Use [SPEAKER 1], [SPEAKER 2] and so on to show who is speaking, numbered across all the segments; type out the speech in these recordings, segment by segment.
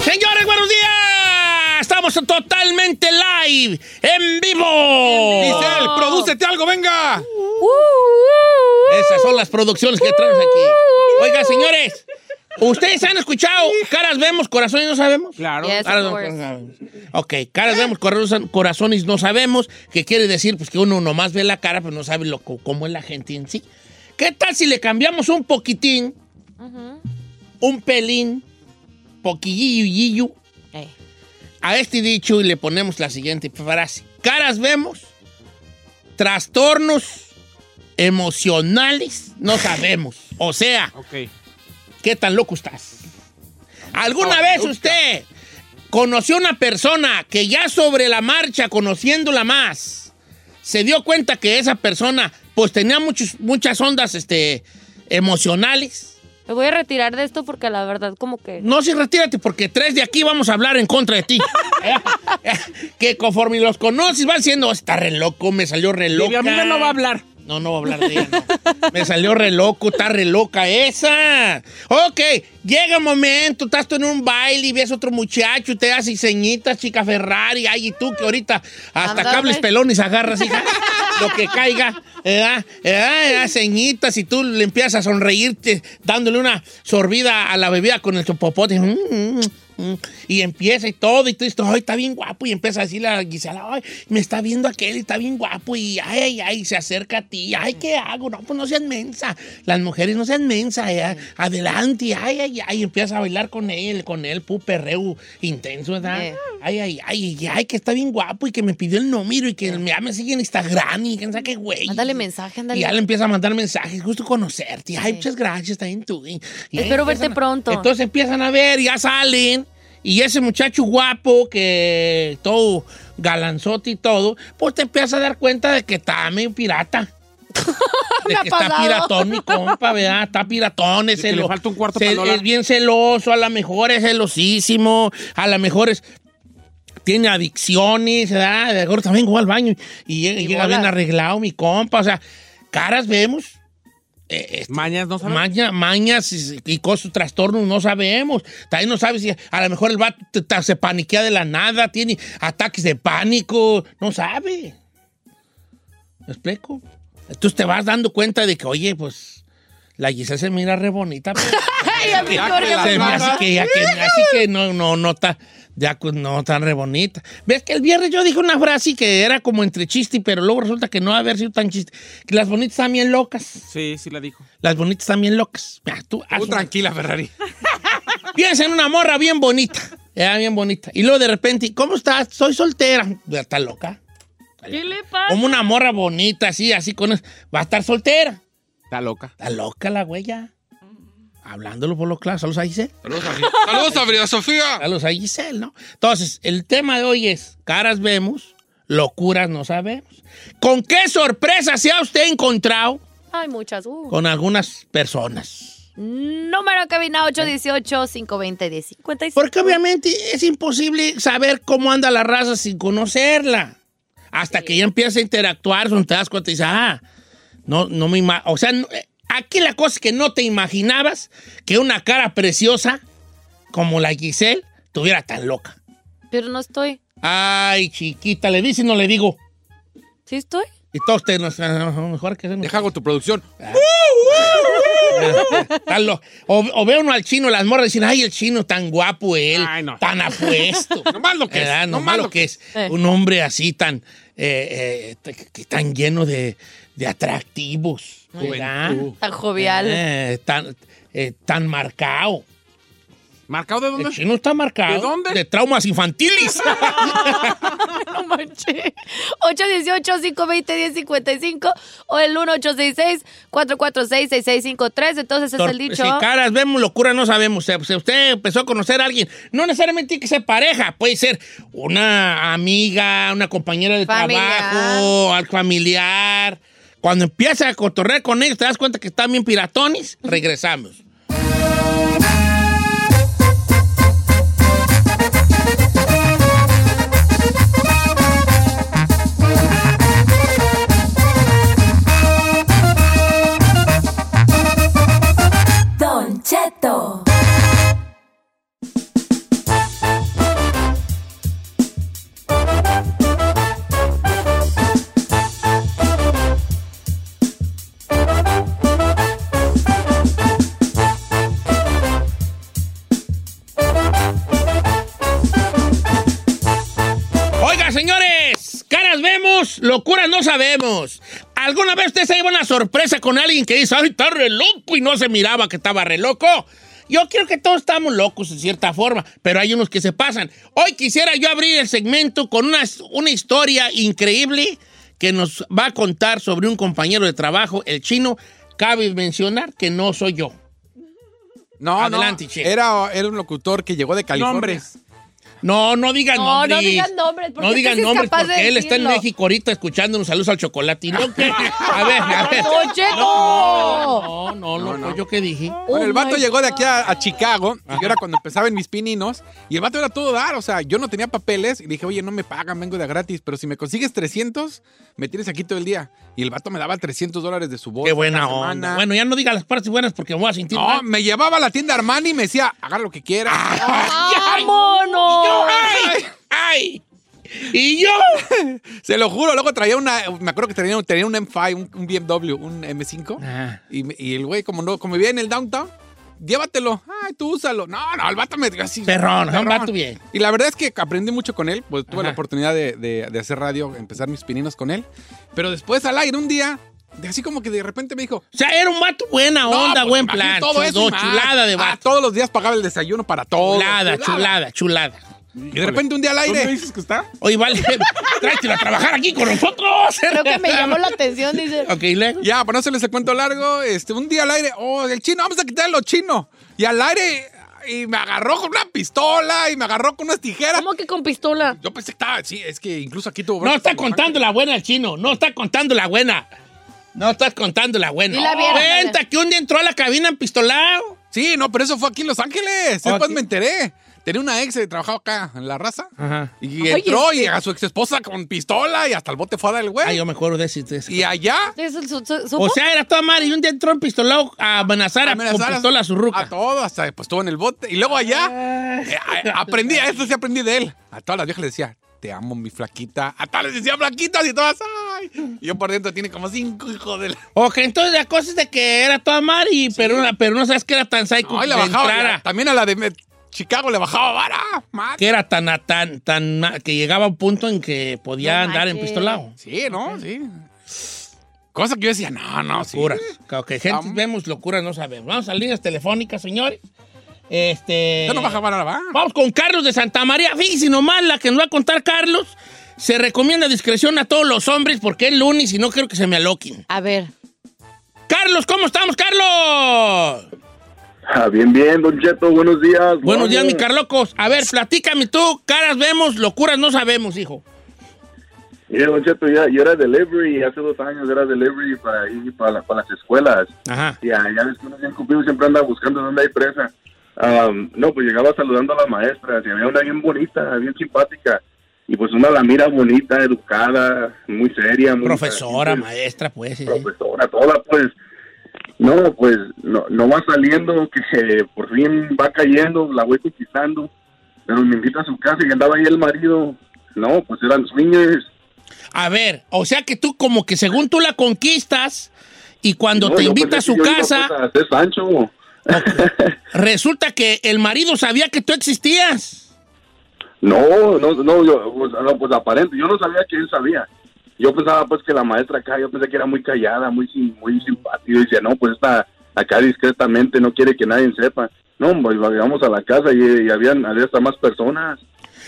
[SPEAKER 1] Señores, buenos días. Estamos totalmente live, en vivo. Uh,
[SPEAKER 2] Giselle, prodúcete algo, venga.
[SPEAKER 1] Esas son las producciones que traemos aquí. Oiga, señores, ¿ustedes han escuchado? Caras vemos, corazones no sabemos.
[SPEAKER 2] Claro.
[SPEAKER 3] Yes,
[SPEAKER 1] Caras
[SPEAKER 3] of
[SPEAKER 1] vemos,
[SPEAKER 3] course.
[SPEAKER 1] corazones no sabemos. Ok, caras vemos, corazon- corazones no sabemos, que quiere decir pues que uno nomás ve la cara, pero no sabe lo, co- cómo es la gente en sí. ¿Qué tal si le cambiamos un poquitín, un pelín, poquillillo,
[SPEAKER 3] Ey.
[SPEAKER 1] a este dicho y le ponemos la siguiente frase. Caras vemos, trastornos emocionales no sabemos. O sea,
[SPEAKER 2] Ok.
[SPEAKER 1] ¿qué tan loco estás? ¿Alguna vez usted conoció una persona que ya sobre la marcha, conociéndola más, se dio cuenta que esa persona pues tenía muchos, muchas ondas este, emocionales?
[SPEAKER 3] Me voy a retirar de esto porque la verdad como que...
[SPEAKER 1] No, sí, retírate, porque tres de aquí vamos a hablar en contra de ti. que conforme los conoces, van diciendo, está re loco, me salió re loca.
[SPEAKER 2] Y a mí no va a hablar.
[SPEAKER 1] No, no va a hablar de ella, no. Me salió re loco, está re loca esa. Ok, llega un momento, estás tú en un baile y ves otro muchacho, te das diseñitas, chica Ferrari, ay, y tú que ahorita hasta
[SPEAKER 3] Ándale.
[SPEAKER 1] cables pelones agarras, hija, lo que caiga, ¿verdad? ¿verdad? ¿verdad? ceñitas y tú le empiezas a sonreírte dándole una sorbida a la bebida con el chopopote. Mm, mm, mm. Y empieza y todo, y tú dices, ay, está bien guapo, y empieza a decirle a Gisela, ay, me está viendo aquel, y está bien guapo, y ay, ay, ay, se acerca a ti, ay, ¿qué hago? No, pues no seas mensa, las mujeres no sean mensa, eh, adelante, ay, ay, ay, y empieza a bailar con él, con él, pu, perreo intenso, ¿verdad?
[SPEAKER 3] Eh.
[SPEAKER 1] Ay, ay, ay, y ay, que está bien guapo, y que me pidió el número, y que me, ya me sigue en Instagram, y que no sé qué güey.
[SPEAKER 3] Mándale mensaje, ándale.
[SPEAKER 1] Y ya le empieza a mandar mensajes, gusto conocerte. Ay,
[SPEAKER 3] Sí.
[SPEAKER 1] muchas gracias, está bien tú. Y- y
[SPEAKER 3] Espero
[SPEAKER 1] empiezan
[SPEAKER 3] verte
[SPEAKER 1] a-
[SPEAKER 3] pronto.
[SPEAKER 1] Entonces empiezan a ver, ya salen. Y ese muchacho guapo que todo galanzote y todo, pues te empiezas a dar cuenta de que está medio pirata. De
[SPEAKER 3] ha
[SPEAKER 1] que está
[SPEAKER 3] pasado.
[SPEAKER 1] piratón mi compa, ¿verdad? Está piratón, es
[SPEAKER 2] De que le
[SPEAKER 1] celo-
[SPEAKER 2] falta un cuarto
[SPEAKER 1] cel-
[SPEAKER 2] para el dólar.
[SPEAKER 1] Es bien celoso, a lo mejor es celosísimo, a lo mejor es tiene adicciones, ¿verdad? De acuerdo, también voy al baño y llega,
[SPEAKER 3] Y
[SPEAKER 1] llega
[SPEAKER 3] bola.
[SPEAKER 1] bien arreglado mi compa. O sea, caras vemos. eh, este,
[SPEAKER 2] Mañas, no sabes.
[SPEAKER 1] maña- mañas y, y cosas, trastornos, no sabemos. También no sabes si a lo mejor el vato te- te- se paniquea de la nada, tiene ataques de pánico, no sabe. ¿Me explico? Entonces te vas dando cuenta de que, oye, pues la Giselle se mira re bonita. pero- se me hace que, ya que- así que no, no, no está, ya cu- no tan re bonita. Ves que el viernes yo dije una frase que era como entre chiste, pero luego resulta que no va a haber sido tan chiste. Que las bonitas están bien locas.
[SPEAKER 2] Sí, sí la dijo.
[SPEAKER 1] Las bonitas están bien locas. Mira, tú, haz
[SPEAKER 2] Tú
[SPEAKER 1] una-
[SPEAKER 2] tranquila, Ferrari.
[SPEAKER 1] piensa en una morra bien bonita. Era bien bonita. Y luego de repente, ¿cómo estás? Soy soltera. Está loca.
[SPEAKER 3] ¿Qué le pasa?
[SPEAKER 1] Como una morra bonita, así, así con eso. Va a estar soltera.
[SPEAKER 2] Está loca.
[SPEAKER 1] Está loca la huella. Hablándolo por los claros. Saludos a Giselle.
[SPEAKER 2] Saludos a Giselle.
[SPEAKER 4] Saludos a Frida Sofía.
[SPEAKER 1] Saludos a Giselle, ¿no? Entonces, el tema de hoy es caras vemos, locuras no sabemos. ¿Con qué sorpresa se ha usted encontrado
[SPEAKER 3] Ay, muchas. uh.
[SPEAKER 1] con algunas personas?
[SPEAKER 3] Número en cabina 818-520-1055.
[SPEAKER 1] Porque obviamente es imposible saber cómo anda la raza sin conocerla. Hasta que ya empieza a interactuar, son te das cuenta y dices, ah, no, no me ima- O sea, no- eh, aquí la cosa es que no te imaginabas que una cara preciosa como la Giselle tuviera tan loca.
[SPEAKER 3] Pero no estoy.
[SPEAKER 1] Ay, chiquita, le dice y no le digo.
[SPEAKER 3] ¿Sí estoy?
[SPEAKER 1] Y todos ustedes nos mejor que se nos-
[SPEAKER 4] Deja con tu producción.
[SPEAKER 1] Está lo- o, o ve uno al chino, las morras dicen, ay, el chino tan guapo él,
[SPEAKER 2] Ay, no.
[SPEAKER 1] tan apuesto.
[SPEAKER 2] Nomás lo que es,
[SPEAKER 1] ¿Verdad? Nomás lo que es.
[SPEAKER 3] Eh.
[SPEAKER 1] Un hombre así tan, eh, eh, t- que tan lleno de, de atractivos. ¿verdad?
[SPEAKER 2] Juventud.
[SPEAKER 3] Tan jovial.
[SPEAKER 1] Eh, tan, eh, tan marcado.
[SPEAKER 2] ¿Marcado de
[SPEAKER 1] El
[SPEAKER 2] dónde?
[SPEAKER 1] chino está marcado.
[SPEAKER 2] ¿De dónde?
[SPEAKER 1] De traumas infantiles.
[SPEAKER 3] No manches. 818-520-1055 o el 1866-446-6653. Entonces es el dicho.
[SPEAKER 1] Si caras vemos, locura no sabemos. Eh, Si usted empezó a conocer a alguien, no necesariamente tiene que ser pareja, puede ser una amiga, una compañera de
[SPEAKER 3] Familiar.
[SPEAKER 1] trabajo, al familiar. Cuando empieza a cotorrear con ellos, te das cuenta que están bien piratones, regresamos.
[SPEAKER 4] Don Cheto.
[SPEAKER 1] Oiga, señores, caras vemos, locuras no sabemos. ¿Alguna vez usted se lleva una sorpresa con alguien que dice, ay, está re loco y no se miraba que estaba re loco? Yo creo que todos estamos locos en cierta forma, pero hay unos que se pasan. Hoy quisiera yo abrir el segmento con una, una historia increíble que nos va a contar sobre un compañero de trabajo, el chino. Cabe mencionar que no soy yo.
[SPEAKER 2] No,
[SPEAKER 1] Adelante, che. Oh
[SPEAKER 5] Era, era un locutor que llegó de California.
[SPEAKER 2] Nombres.
[SPEAKER 1] No, no digan
[SPEAKER 3] No,
[SPEAKER 1] nombres.
[SPEAKER 3] no digan nombres, porque
[SPEAKER 1] No
[SPEAKER 3] usted
[SPEAKER 1] digan
[SPEAKER 3] sí es
[SPEAKER 1] nombres
[SPEAKER 3] capaz de
[SPEAKER 1] porque él está en
[SPEAKER 3] decirlo.
[SPEAKER 1] México ahorita escuchando un saludo al chocolate. ¿no? ¿Qué? A ver, a ver.
[SPEAKER 3] ¡Don Cheto!
[SPEAKER 1] No, no, no, no, ¿yo qué dije?
[SPEAKER 5] Bueno, el
[SPEAKER 3] Oh
[SPEAKER 5] vato
[SPEAKER 3] my
[SPEAKER 5] llegó de aquí a, a Chicago, y era cuando empezaba en mis pininos, y el vato era todo dar, o sea, yo no tenía papeles, y le dije, oye, no me pagan, vengo de a gratis, pero si me consigues 300, me tienes aquí todo el día. Y el vato me daba 300 dólares de su bolsa.
[SPEAKER 1] Qué buena
[SPEAKER 5] cada
[SPEAKER 1] onda.
[SPEAKER 5] semana.
[SPEAKER 1] Bueno, ya no diga las partes buenas porque me voy a sentir
[SPEAKER 5] No,
[SPEAKER 1] mal. Ah.
[SPEAKER 5] me llevaba a la tienda Armani y me decía, haga lo que quiera.
[SPEAKER 3] ¡Vámonos!
[SPEAKER 1] ¡Ay! ¡Ay! ¿Y yo?
[SPEAKER 5] Se lo juro, luego traía una, me acuerdo que traía, tenía un M5, un, un BMW, un M5.
[SPEAKER 1] Ah.
[SPEAKER 5] Y, me- y el güey, como no, como vivía en el downtown, llévatelo. Ay, tú úsalo. No, no, el vato me así.
[SPEAKER 1] Perrón, un vato bien.
[SPEAKER 5] Y la verdad es que aprendí mucho con él. Pues tuve
[SPEAKER 1] Ajá.
[SPEAKER 5] la oportunidad de, de- de hacer radio, empezar mis pininos con él. Pero después al aire, un día, de así como que de repente me dijo.
[SPEAKER 1] O sea, era un vato buena
[SPEAKER 5] "No,
[SPEAKER 1] onda,
[SPEAKER 5] pues,
[SPEAKER 1] buen
[SPEAKER 5] imagínate
[SPEAKER 1] plan.
[SPEAKER 5] Todo eso y
[SPEAKER 1] Chudo,
[SPEAKER 5] más".
[SPEAKER 1] chulada de
[SPEAKER 5] Ah,
[SPEAKER 1] vato.
[SPEAKER 5] todos los días pagaba el desayuno para todos.
[SPEAKER 1] Chulada, chulada, chulada.
[SPEAKER 5] Y de repente un día al
[SPEAKER 2] ¿Dónde
[SPEAKER 5] aire.
[SPEAKER 2] dices que está?
[SPEAKER 1] Oye, vale, tráetelo a trabajar aquí con nosotros.
[SPEAKER 3] Creo que me llamó la atención, dice.
[SPEAKER 1] Ok, ¿y luego?
[SPEAKER 5] Ya, para no hacerles el cuento largo, este, un día al aire, oh, el chino, vamos a quitar lo chino. Y al aire, y me agarró con una pistola, y me agarró con unas tijeras.
[SPEAKER 3] ¿Cómo que con pistola?
[SPEAKER 5] Yo pensé que estaba, sí, es que incluso aquí tuvo...
[SPEAKER 1] No está contando la buena el chino, no está contando la buena. No estás contando la buena.
[SPEAKER 3] Sí la vieron,
[SPEAKER 1] Cuenta que un día entró a la cabina empistolado.
[SPEAKER 5] Sí, no, pero eso fue aquí en Los Ángeles.
[SPEAKER 1] Oh,
[SPEAKER 5] Después
[SPEAKER 1] aquí.
[SPEAKER 5] me enteré. Tenía una ex que trabajaba acá, en La Raza.
[SPEAKER 1] Ajá.
[SPEAKER 5] Y entró
[SPEAKER 1] este
[SPEAKER 5] y a su ex esposa con pistola y hasta el bote fue a dar el
[SPEAKER 1] Ah,
[SPEAKER 5] güey.
[SPEAKER 1] yo me acuerdo de ese. de ese.
[SPEAKER 5] y allá...
[SPEAKER 3] ¿Es el su- su-
[SPEAKER 1] O
[SPEAKER 3] supo?
[SPEAKER 1] sea, era toda madre y un día entró empistolado a amenazar, a-
[SPEAKER 5] amenazar
[SPEAKER 1] con pistola a su ruca.
[SPEAKER 5] A todo, hasta pues estuvo en el bote. Y luego allá eh, a- aprendí, a esto sí aprendí de él. A todas las viejas les decía, te amo, mi flaquita. A todas les decía flaquitas y todas, ay. Y yo por dentro tiene como cinco hijos de la.
[SPEAKER 1] Ok, entonces la cosa es de que era toda madre, y- pero, pero no sabes que era tan psycho
[SPEAKER 5] Ay, la
[SPEAKER 1] que
[SPEAKER 5] bajaba.
[SPEAKER 1] entrara,
[SPEAKER 5] ya. También a la de me- Chicago le bajaba vara. madre.
[SPEAKER 1] que era tan, tan, tan, que llegaba a un punto en que podía
[SPEAKER 3] No
[SPEAKER 1] andar
[SPEAKER 3] manches.
[SPEAKER 1] empistolado.
[SPEAKER 5] Sí, ¿no? Sí. Cosa que yo decía, no, no, sí.
[SPEAKER 1] Locura. Ok, gente,
[SPEAKER 5] Am-
[SPEAKER 1] vemos locuras, no sabemos. Vamos a líneas telefónicas, señores. Este.
[SPEAKER 5] Ya no baja vara, va.
[SPEAKER 1] Vamos con Carlos de Santa María. Fíjese nomás la que nos va a contar Carlos. Se recomienda discreción a todos los hombres porque es lunes y no quiero que se me aloquen.
[SPEAKER 3] A ver.
[SPEAKER 1] Carlos, ¿cómo estamos, Carlos?
[SPEAKER 6] Ah, bien, bien, Don Cheto, buenos días.
[SPEAKER 1] Buenos
[SPEAKER 6] Vamos.
[SPEAKER 1] días, mi Carlocos. A ver, platícame tú. Caras vemos, locuras no sabemos, hijo.
[SPEAKER 6] Mire, Don Cheto, ya- yo, era delivery, hace dos años era delivery para ir para, la- para las escuelas.
[SPEAKER 1] Ajá.
[SPEAKER 6] Y ah, ya ves que uno bien cumplido siempre anda buscando dónde hay presa. Am, no, pues llegaba saludando a las maestras y había una bien bonita, bien simpática. Y pues una la mira bonita, educada, muy seria. Muy
[SPEAKER 1] Profesora,
[SPEAKER 6] así, pues,
[SPEAKER 1] maestra, pues. sí, sí.
[SPEAKER 6] profesora, toda, pues. No, pues no, no va saliendo, que por fin va cayendo, la voy conquistando. Pero me invita a su casa y andaba ahí el marido. No, pues eran swingers.
[SPEAKER 1] A ver, o sea que tú como que según tú la conquistas Y cuando
[SPEAKER 6] No,
[SPEAKER 1] te
[SPEAKER 6] yo
[SPEAKER 1] invita
[SPEAKER 6] pensé
[SPEAKER 1] a su
[SPEAKER 6] que yo pues. iba
[SPEAKER 1] casa,
[SPEAKER 6] pues, a ser Sancho.
[SPEAKER 1] resulta que el marido sabía que tú existías.
[SPEAKER 6] No, no, no, yo, pues, no, pues aparente, yo no sabía que él sabía. Yo pensaba pues que la maestra acá, yo pensé que era muy callada, muy sim- muy simpática. Yo decía, no, pues está acá discretamente, no quiere que nadie sepa. No, pues llegamos a la casa y, y habían, había hasta más personas.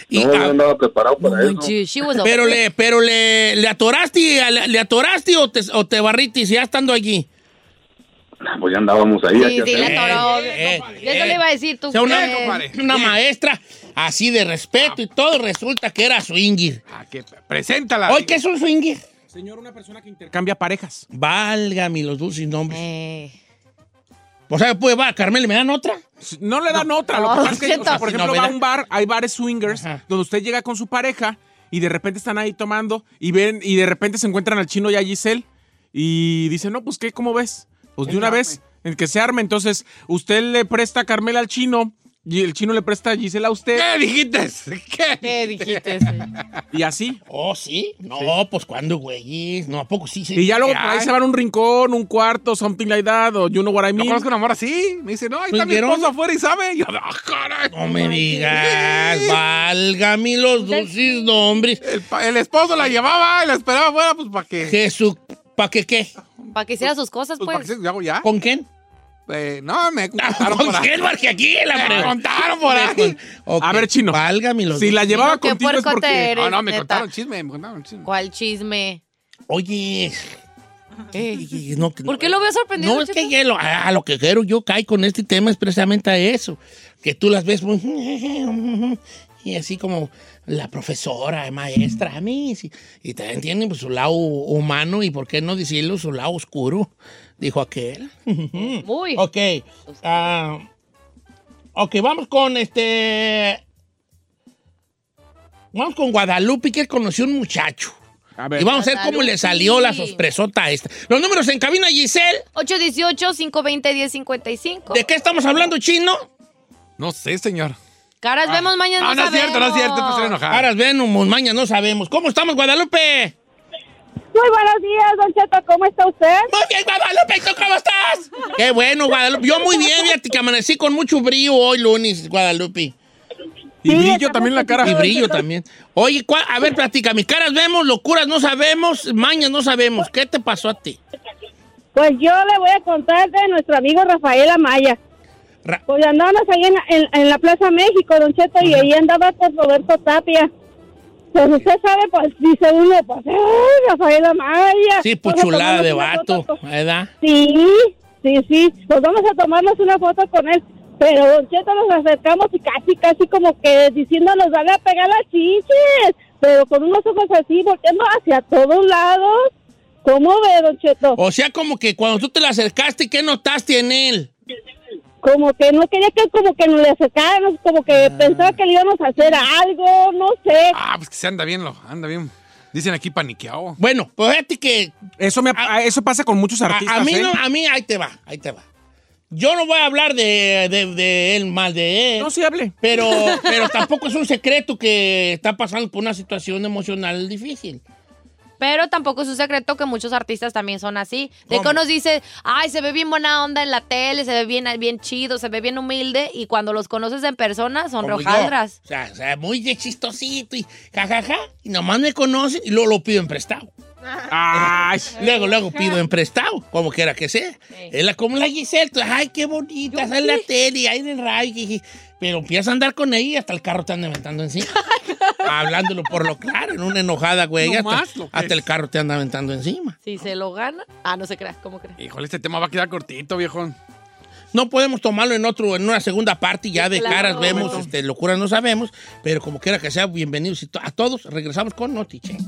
[SPEAKER 1] Y
[SPEAKER 6] no,
[SPEAKER 1] a-
[SPEAKER 6] yo no andaba preparado para
[SPEAKER 3] Oh,
[SPEAKER 6] eso.
[SPEAKER 3] gee, she was a-
[SPEAKER 1] Pero le, pero le, le atoraste, a- le, le atoraste o te, o te barriste ya estando allí.
[SPEAKER 6] Ah, Pues ya andábamos ahí.
[SPEAKER 3] Sí,
[SPEAKER 6] ¿qué
[SPEAKER 3] sí,
[SPEAKER 6] hacemos?
[SPEAKER 3] le atoró.
[SPEAKER 1] Eh,
[SPEAKER 3] Yo eso le iba a decir tú.
[SPEAKER 1] O sea, una,
[SPEAKER 3] ¿qué?
[SPEAKER 5] compadre.
[SPEAKER 1] una maestra así de respeto y todo, resulta que era swingir.
[SPEAKER 5] Ah, que preséntala.
[SPEAKER 1] Hoy, ¿qué es un swingir?
[SPEAKER 5] Señor, una persona que intercambia parejas.
[SPEAKER 1] Válgame los dulces nombres.
[SPEAKER 3] Eh,
[SPEAKER 1] O sea, pues va, Carmel, ¿me dan otra?
[SPEAKER 5] No le dan otra. Lo que
[SPEAKER 3] No,
[SPEAKER 5] pasa es que, o sea,
[SPEAKER 3] siento.
[SPEAKER 5] por
[SPEAKER 1] Sí,
[SPEAKER 5] ejemplo, va
[SPEAKER 1] no,
[SPEAKER 5] a
[SPEAKER 1] ¿verdad?
[SPEAKER 5] un bar, hay bares swingers,
[SPEAKER 1] Ajá.
[SPEAKER 5] donde usted llega con su pareja y de repente están ahí tomando y ven y de repente se encuentran al chino y a Giselle y dicen, no, pues, ¿qué? ¿Cómo ves? Pues de una vez, en que se arme. Entonces, usted le presta a Carmela al chino y el chino le presta a Giselle a usted
[SPEAKER 2] ¿Qué dijiste? ¿Qué?
[SPEAKER 3] ¿Qué dijiste? sí?
[SPEAKER 5] y así.
[SPEAKER 1] Oh, sí. No, pues cuando, güey. No, ¿a poco sí? sí?
[SPEAKER 5] Y ya luego por ahí
[SPEAKER 2] Ay.
[SPEAKER 5] se van a un rincón, un cuarto, something like that, o you know what I
[SPEAKER 2] Yo
[SPEAKER 5] mean.
[SPEAKER 2] conozco una morra así. Me dice, no, ahí está mi
[SPEAKER 1] ¿Swinguerón?
[SPEAKER 2] esposo afuera y sabe. Yo, ah, caray.
[SPEAKER 1] No me digas, válgame los dulces nombres.
[SPEAKER 2] El, pa- el esposo la llevaba y la esperaba afuera, pues, ¿para qué?
[SPEAKER 1] Jesús, ¿pa' qué qué?
[SPEAKER 3] Para que hiciera sus cosas,
[SPEAKER 2] Pues, ¿para qué
[SPEAKER 3] pues.
[SPEAKER 2] se hago ya?
[SPEAKER 1] ¿Con quién? Ah,
[SPEAKER 2] Eh, no, me contaron
[SPEAKER 1] ¿Con
[SPEAKER 2] por ahí.
[SPEAKER 1] quién? Porque aquí la
[SPEAKER 2] Me
[SPEAKER 1] pregunta.
[SPEAKER 2] contaron por ahí.
[SPEAKER 1] Ok,
[SPEAKER 5] A ver, chino.
[SPEAKER 1] Válgame los
[SPEAKER 5] Si la
[SPEAKER 1] dulces.
[SPEAKER 5] llevaba
[SPEAKER 3] Chino, qué
[SPEAKER 5] contigo es
[SPEAKER 3] puerco
[SPEAKER 5] porque...
[SPEAKER 3] te eres.
[SPEAKER 2] Ah, No, no, me
[SPEAKER 3] neta.
[SPEAKER 2] contaron chisme, me contaron chisme.
[SPEAKER 3] ¿Cuál chisme?
[SPEAKER 1] Oye,
[SPEAKER 3] Eh,
[SPEAKER 1] no,
[SPEAKER 3] ¿Por qué lo veo sorprendido?
[SPEAKER 1] No, es que
[SPEAKER 3] Cheto?
[SPEAKER 1] ya lo- a, a lo que quiero yo cae con este tema es precisamente a eso. Que tú las ves muy... Y así como la profesora, maestra, a mí. sí. Y también tiene pues, su lado humano y, ¿por qué no decirlo, su lado oscuro? Dijo aquel.
[SPEAKER 3] Muy.
[SPEAKER 1] Ok. ah, ok, vamos con este... Vamos con Guadalupe, que conoció un muchacho.
[SPEAKER 5] A
[SPEAKER 1] Y
[SPEAKER 5] ver,
[SPEAKER 1] vamos a ver cómo
[SPEAKER 3] Guadalupe.
[SPEAKER 1] le salió la sorpresota esta. Los números en cabina, Giselle.
[SPEAKER 3] 818-520-1055.
[SPEAKER 1] ¿De qué estamos hablando, chino?
[SPEAKER 2] No sé, señor.
[SPEAKER 1] Ah,
[SPEAKER 3] Caras vemos mañana.
[SPEAKER 2] No, no es cierto, no es cierto,
[SPEAKER 1] eh.
[SPEAKER 2] pues estoy enojado.
[SPEAKER 1] Caras Venomos, mañana no sabemos. ¿Cómo estamos, Guadalupe?
[SPEAKER 7] Muy buenos días, Don Cheto, ¿cómo está usted?
[SPEAKER 1] Muy bien, Guadalupe, ¿y tú cómo estás? Qué bueno, Guadalupe. Yo muy bien, fíjate que amanecí con mucho brillo hoy lunes, Guadalupe.
[SPEAKER 5] y
[SPEAKER 7] Sí,
[SPEAKER 5] brillo
[SPEAKER 7] estamos
[SPEAKER 5] también la cara.
[SPEAKER 1] Y brillo también. Oye, ¿cuál- a ver, platica, mis caras vemos, locuras no sabemos, mañas no sabemos. ¿Qué te pasó a ti?
[SPEAKER 7] Pues yo le voy a contar de nuestro amigo Rafael Amaya.
[SPEAKER 1] Ra-
[SPEAKER 7] Pues andábamos ahí en, en- en la Plaza México, Don Cheto, y ahí andaba con Roberto Tapia. Pues usted sabe, pues dice uno, pues, ¡ay, Rafael Amaya!
[SPEAKER 1] Sí, pues
[SPEAKER 7] Pues,
[SPEAKER 1] chulada de
[SPEAKER 7] tomamos una
[SPEAKER 1] vato,
[SPEAKER 7] foto con-
[SPEAKER 1] ¿verdad?
[SPEAKER 7] Sí, sí, sí, pues vamos a tomarnos una foto con él. Pero Don Cheto nos acercamos y casi, casi como que diciéndonos, van a pegar las chiches. Pero con unos ojos así, volteando hacia todos lados. ¿Cómo ve, Don Cheto?
[SPEAKER 1] O sea, como que cuando tú te le acercaste, ¿qué notaste en él?
[SPEAKER 7] como que no quería que como que nos le acercáramos, como que
[SPEAKER 1] Ah.
[SPEAKER 7] pensaba que le íbamos a hacer algo, no sé.
[SPEAKER 2] Ah, pues que se anda bien, lo, anda bien. Dicen aquí paniqueado.
[SPEAKER 1] Bueno, pues fíjate que
[SPEAKER 5] Eso, me,
[SPEAKER 1] A-
[SPEAKER 5] eso pasa con muchos
[SPEAKER 1] A-
[SPEAKER 5] artistas.
[SPEAKER 1] A, mí
[SPEAKER 5] ¿eh?
[SPEAKER 1] no, a mí ahí te va, ahí te va. Yo no voy a hablar de, de- de él, mal de él.
[SPEAKER 5] No se hable.
[SPEAKER 1] Pero, pero tampoco es un secreto que está pasando por una situación emocional difícil.
[SPEAKER 3] Pero tampoco es un secreto que muchos artistas también son así. De
[SPEAKER 1] ¿Cómo?
[SPEAKER 3] que nos dice, ay, se ve bien buena onda en la tele, se ve bien, bien chido, se ve bien humilde. Y cuando los conoces en persona, son
[SPEAKER 1] Como yo.
[SPEAKER 3] rojaldras.
[SPEAKER 1] O sea, o sea, muy de chistosito y jajaja. y nomás me conocen y luego lo pido en prestado.
[SPEAKER 5] Ay,
[SPEAKER 1] Luego, luego pido en prestado, como quiera que sea. Es la, como la Giselle, tú, ay, qué bonita, sale en la tele, ahí en el radio. jiji. Pero empiezas a andar con ella y hasta el carro te anda aventando encima. Hablándolo por lo claro, en una enojada, güey.
[SPEAKER 5] No
[SPEAKER 1] hasta,
[SPEAKER 5] más lo que
[SPEAKER 1] hasta el
[SPEAKER 5] es.
[SPEAKER 1] carro te anda aventando encima.
[SPEAKER 3] Si se lo gana. Ah, no se crea, ¿cómo crea?
[SPEAKER 2] Híjole, este tema va a quedar cortito, viejón.
[SPEAKER 1] No podemos tomarlo en otro, en una segunda parte, ya de
[SPEAKER 3] Claro.
[SPEAKER 1] caras vemos, este, locuras no sabemos, pero como quiera que sea, bienvenidos y to- a todos. Regresamos con Notiche.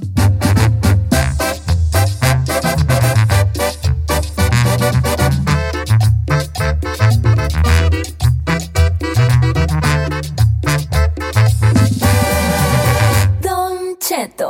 [SPEAKER 4] Don Cheto.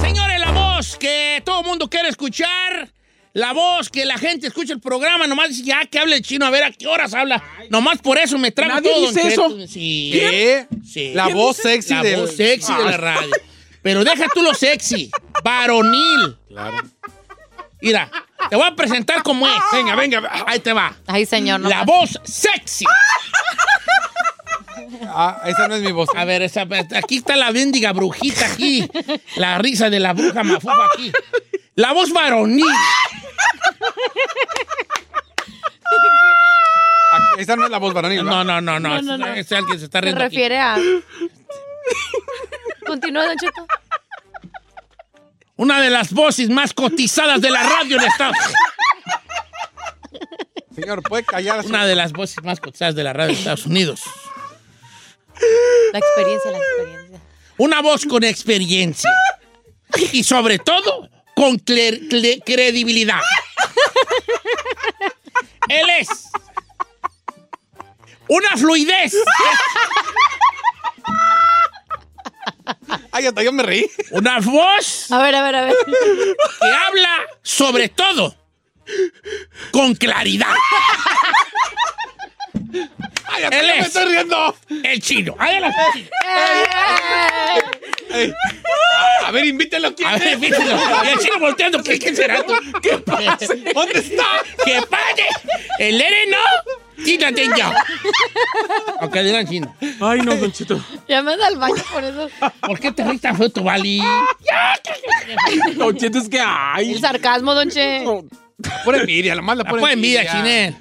[SPEAKER 1] Señores, la voz que todo el mundo quiere escuchar. La voz que la gente escucha el programa, nomás dice, ya que hable el chino, a ver a qué horas habla. Nomás por eso me trago
[SPEAKER 5] Nadie
[SPEAKER 1] todo.
[SPEAKER 5] dice
[SPEAKER 1] don Cheto.
[SPEAKER 5] eso.
[SPEAKER 1] Sí.
[SPEAKER 2] ¿Qué?
[SPEAKER 1] Sí.
[SPEAKER 2] La voz sexy
[SPEAKER 1] La
[SPEAKER 2] del-
[SPEAKER 1] voz sexy de la
[SPEAKER 2] Ah.
[SPEAKER 1] radio. Pero deja tú lo sexy, varonil.
[SPEAKER 5] Claro.
[SPEAKER 1] Mira, te voy a presentar como es. Venga, venga, ahí te va.
[SPEAKER 3] Ay, señor, no.
[SPEAKER 1] La voz sexy.
[SPEAKER 5] Ah, esa no es mi voz.
[SPEAKER 1] A ver, esa- aquí está la bendiga brujita aquí. La risa de la bruja mafufa aquí. La voz varonil.
[SPEAKER 5] Ah, Esa no es la voz varonil.
[SPEAKER 1] No,
[SPEAKER 5] ¿va?
[SPEAKER 1] no, no, no. Es alguien se está
[SPEAKER 3] Se
[SPEAKER 1] riendo. aquí.
[SPEAKER 3] refiere a. Continúa, Don Cheto.
[SPEAKER 1] Una de las voces más cotizadas de la radio en Estados
[SPEAKER 5] Señor, puede callar a su-
[SPEAKER 1] Una de las voces más cotizadas de la radio en Estados Unidos.
[SPEAKER 3] La experiencia, la experiencia.
[SPEAKER 1] Una voz con experiencia. Y sobre todo, con cler- cle- credibilidad. Él es una fluidez,
[SPEAKER 5] Ay, hasta yo me reí.
[SPEAKER 1] una voz
[SPEAKER 3] A ver, a ver, a ver.
[SPEAKER 1] que habla sobre todo con claridad.
[SPEAKER 5] Ay, hasta
[SPEAKER 1] Él
[SPEAKER 5] yo me
[SPEAKER 1] es.
[SPEAKER 5] estoy riendo.
[SPEAKER 1] El chino. Adelante. chino.
[SPEAKER 5] Ey. A ver, invítelo aquí.
[SPEAKER 1] A ver, fíjate. Y el chino volteando. ¿Qué, qué será? ¿Qué pasa?
[SPEAKER 5] ¿Dónde está?
[SPEAKER 1] ¡Que pase! ¡El Ere no! ¡Quítate ya! Ok, digan chino.
[SPEAKER 2] Ay, no, Don Cheto.
[SPEAKER 3] Ya me da el baño por eso.
[SPEAKER 1] ¿Por qué te ríes tan feo tu Bali?
[SPEAKER 2] Don Cheto es que
[SPEAKER 3] El
[SPEAKER 2] ay.
[SPEAKER 3] sarcasmo, Don Che.
[SPEAKER 5] Pura envidia, la mala
[SPEAKER 1] La pura envidia, Chinel.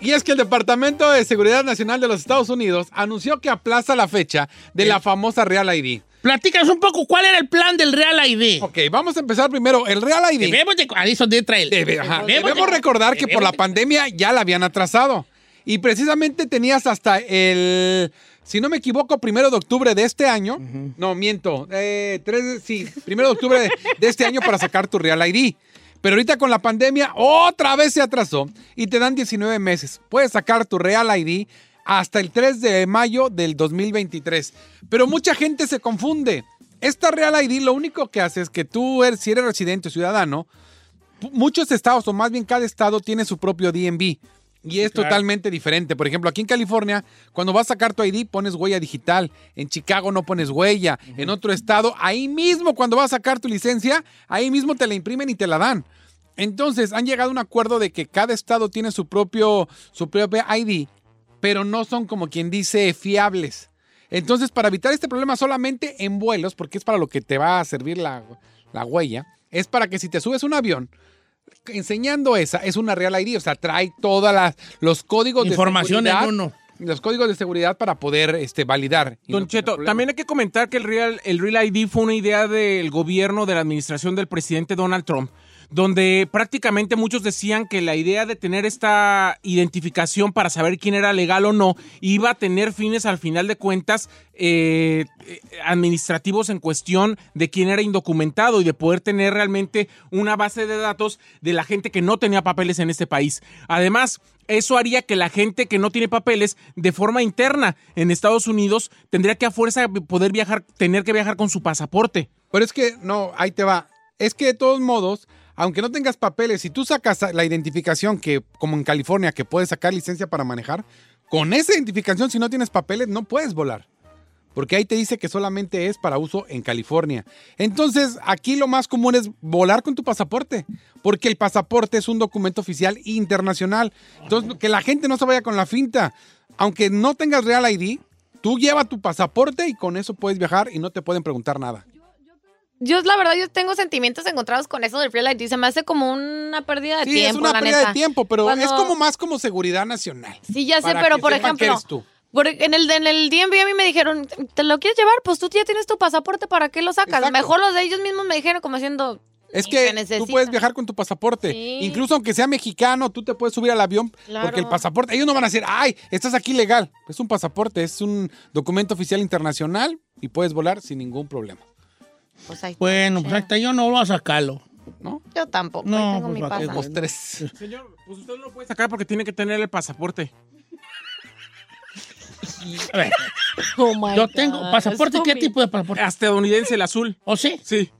[SPEAKER 5] Y es que el Departamento de Seguridad Nacional de los Estados Unidos anunció que aplaza la fecha de la famosa Real ID.
[SPEAKER 1] Platícanos un poco cuál era el plan del Real ID.
[SPEAKER 5] Ok, vamos a empezar primero. El Real ID.
[SPEAKER 1] Debemos de... Ahí es donde entra el...
[SPEAKER 5] Debe- ajá.
[SPEAKER 1] debemos-
[SPEAKER 5] Debemos recordar que por la
[SPEAKER 1] debemos-
[SPEAKER 5] pandemia ya la habían atrasado. Y precisamente tenías hasta el, si no me equivoco, primero de octubre de este año. No, miento. Eh, tres, de- sí, primero de octubre de, de este año para sacar tu Real ID. Pero ahorita con la pandemia otra vez se atrasó y te dan 19 meses. Puedes sacar tu Real ID hasta el 3 de mayo del 2023. Pero mucha gente se confunde. Esta Real ID lo único que hace es que tú, eres- si eres residente o ciudadano, pu- muchos estados, o más bien cada estado, tiene su propio DMV. Y es totalmente diferente. Por ejemplo, aquí en California, cuando vas a sacar tu ID, pones huella digital. En Chicago no pones huella. En otro estado, ahí mismo, cuando vas a sacar tu licencia, ahí mismo te la imprimen y te la dan. Entonces, han llegado a un acuerdo de que cada estado tiene su propio, su propia ID, pero no son como quien dice fiables. Entonces, para evitar este problema solamente en vuelos, porque es para lo que te va a servir la, la huella, es para que si te subes a un avión, enseñando esa, es una Real ID, o sea, trae todas los códigos
[SPEAKER 1] Información
[SPEAKER 5] de
[SPEAKER 1] en
[SPEAKER 5] seguridad.
[SPEAKER 1] uno.
[SPEAKER 5] Los códigos de seguridad para poder este, validar. y no
[SPEAKER 2] Don
[SPEAKER 5] tener
[SPEAKER 2] Cheto,
[SPEAKER 5] problemas.
[SPEAKER 2] también hay que comentar que el Real, el Real ID fue una idea del gobierno de la administración del presidente Donald Trump, donde prácticamente muchos decían que la idea de tener esta identificación para saber quién era legal o no iba a tener fines al final de cuentas eh, eh, administrativos en cuestión de quién era indocumentado y de poder tener realmente una base de datos de la gente que no tenía papeles en este país. Además, eso haría que la gente que no tiene papeles de forma interna en Estados Unidos tendría que a fuerza poder viajar, tener que viajar con su pasaporte.
[SPEAKER 5] Pero es que, no, ahí te va. Es que de todos modos, aunque no tengas papeles, si tú sacas la identificación que, como en California, que puedes sacar licencia para manejar, con esa identificación, si no tienes papeles, no puedes volar. Porque ahí te dice que solamente es para uso en California. Entonces, aquí lo más común es volar con tu pasaporte, porque el pasaporte es un documento oficial internacional. Entonces, que la gente no se vaya con la finta. Aunque no tengas Real ID, tú lleva tu pasaporte y con eso puedes viajar y no te pueden preguntar nada.
[SPEAKER 3] Yo, la verdad, yo tengo sentimientos encontrados con eso del Real ID. Se me hace como una pérdida de
[SPEAKER 5] Sí,
[SPEAKER 3] tiempo,
[SPEAKER 5] es una
[SPEAKER 3] la
[SPEAKER 5] pérdida
[SPEAKER 3] neta.
[SPEAKER 5] de tiempo, pero es
[SPEAKER 3] Cuando-
[SPEAKER 5] como más como seguridad nacional.
[SPEAKER 3] Sí, ya sé,
[SPEAKER 5] Para
[SPEAKER 3] pero
[SPEAKER 5] que
[SPEAKER 3] por
[SPEAKER 5] sepan que
[SPEAKER 3] ejemplo.
[SPEAKER 5] eres tú.
[SPEAKER 3] por- e, en, el, en el DMV a mí me dijeron, ¿te lo quieres llevar? Pues tú ya tienes tu pasaporte, ¿para qué lo sacas?
[SPEAKER 5] Exacto.
[SPEAKER 3] Mejor los de ellos mismos me dijeron como haciendo...
[SPEAKER 5] Es
[SPEAKER 3] "Ni
[SPEAKER 5] que
[SPEAKER 3] se
[SPEAKER 5] tú
[SPEAKER 3] necesita".
[SPEAKER 5] puedes viajar con tu pasaporte.
[SPEAKER 3] Sí.
[SPEAKER 5] Incluso aunque sea mexicano, tú te puedes subir al avión
[SPEAKER 3] Claro.
[SPEAKER 5] porque el pasaporte, ellos no van a decir, ay, estás aquí legal. Es un pasaporte, es un documento oficial internacional y puedes volar sin ningún problema.
[SPEAKER 3] Pues ahí,
[SPEAKER 1] Bueno, pues hasta yo no voy a sacarlo.
[SPEAKER 3] yo tampoco,
[SPEAKER 1] No,
[SPEAKER 3] ahí tengo
[SPEAKER 1] pues,
[SPEAKER 3] mi
[SPEAKER 1] ¿para qué?
[SPEAKER 3] pasa.
[SPEAKER 5] Los tres.
[SPEAKER 2] Señor, pues usted no lo puede sacar porque tiene que tener el pasaporte.
[SPEAKER 1] A ver, yo tengo pasaporte. ¿Qué tipo de pasaporte?
[SPEAKER 2] Estadounidense, el azul.
[SPEAKER 1] ¿O ¿Oh, sí?
[SPEAKER 2] Sí.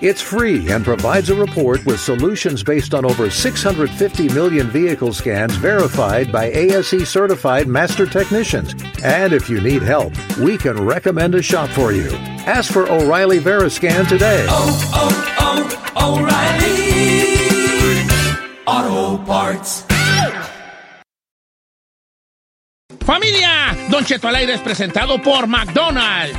[SPEAKER 8] It's free and provides a report with solutions based on over 650 million vehicle scans verified by ASE certified master technicians. And if you need help, we can recommend a shop for you. Ask for O'Reilly Veriscan today.
[SPEAKER 1] ¡Familia! Don Cheto al aire es presentado por McDonald's.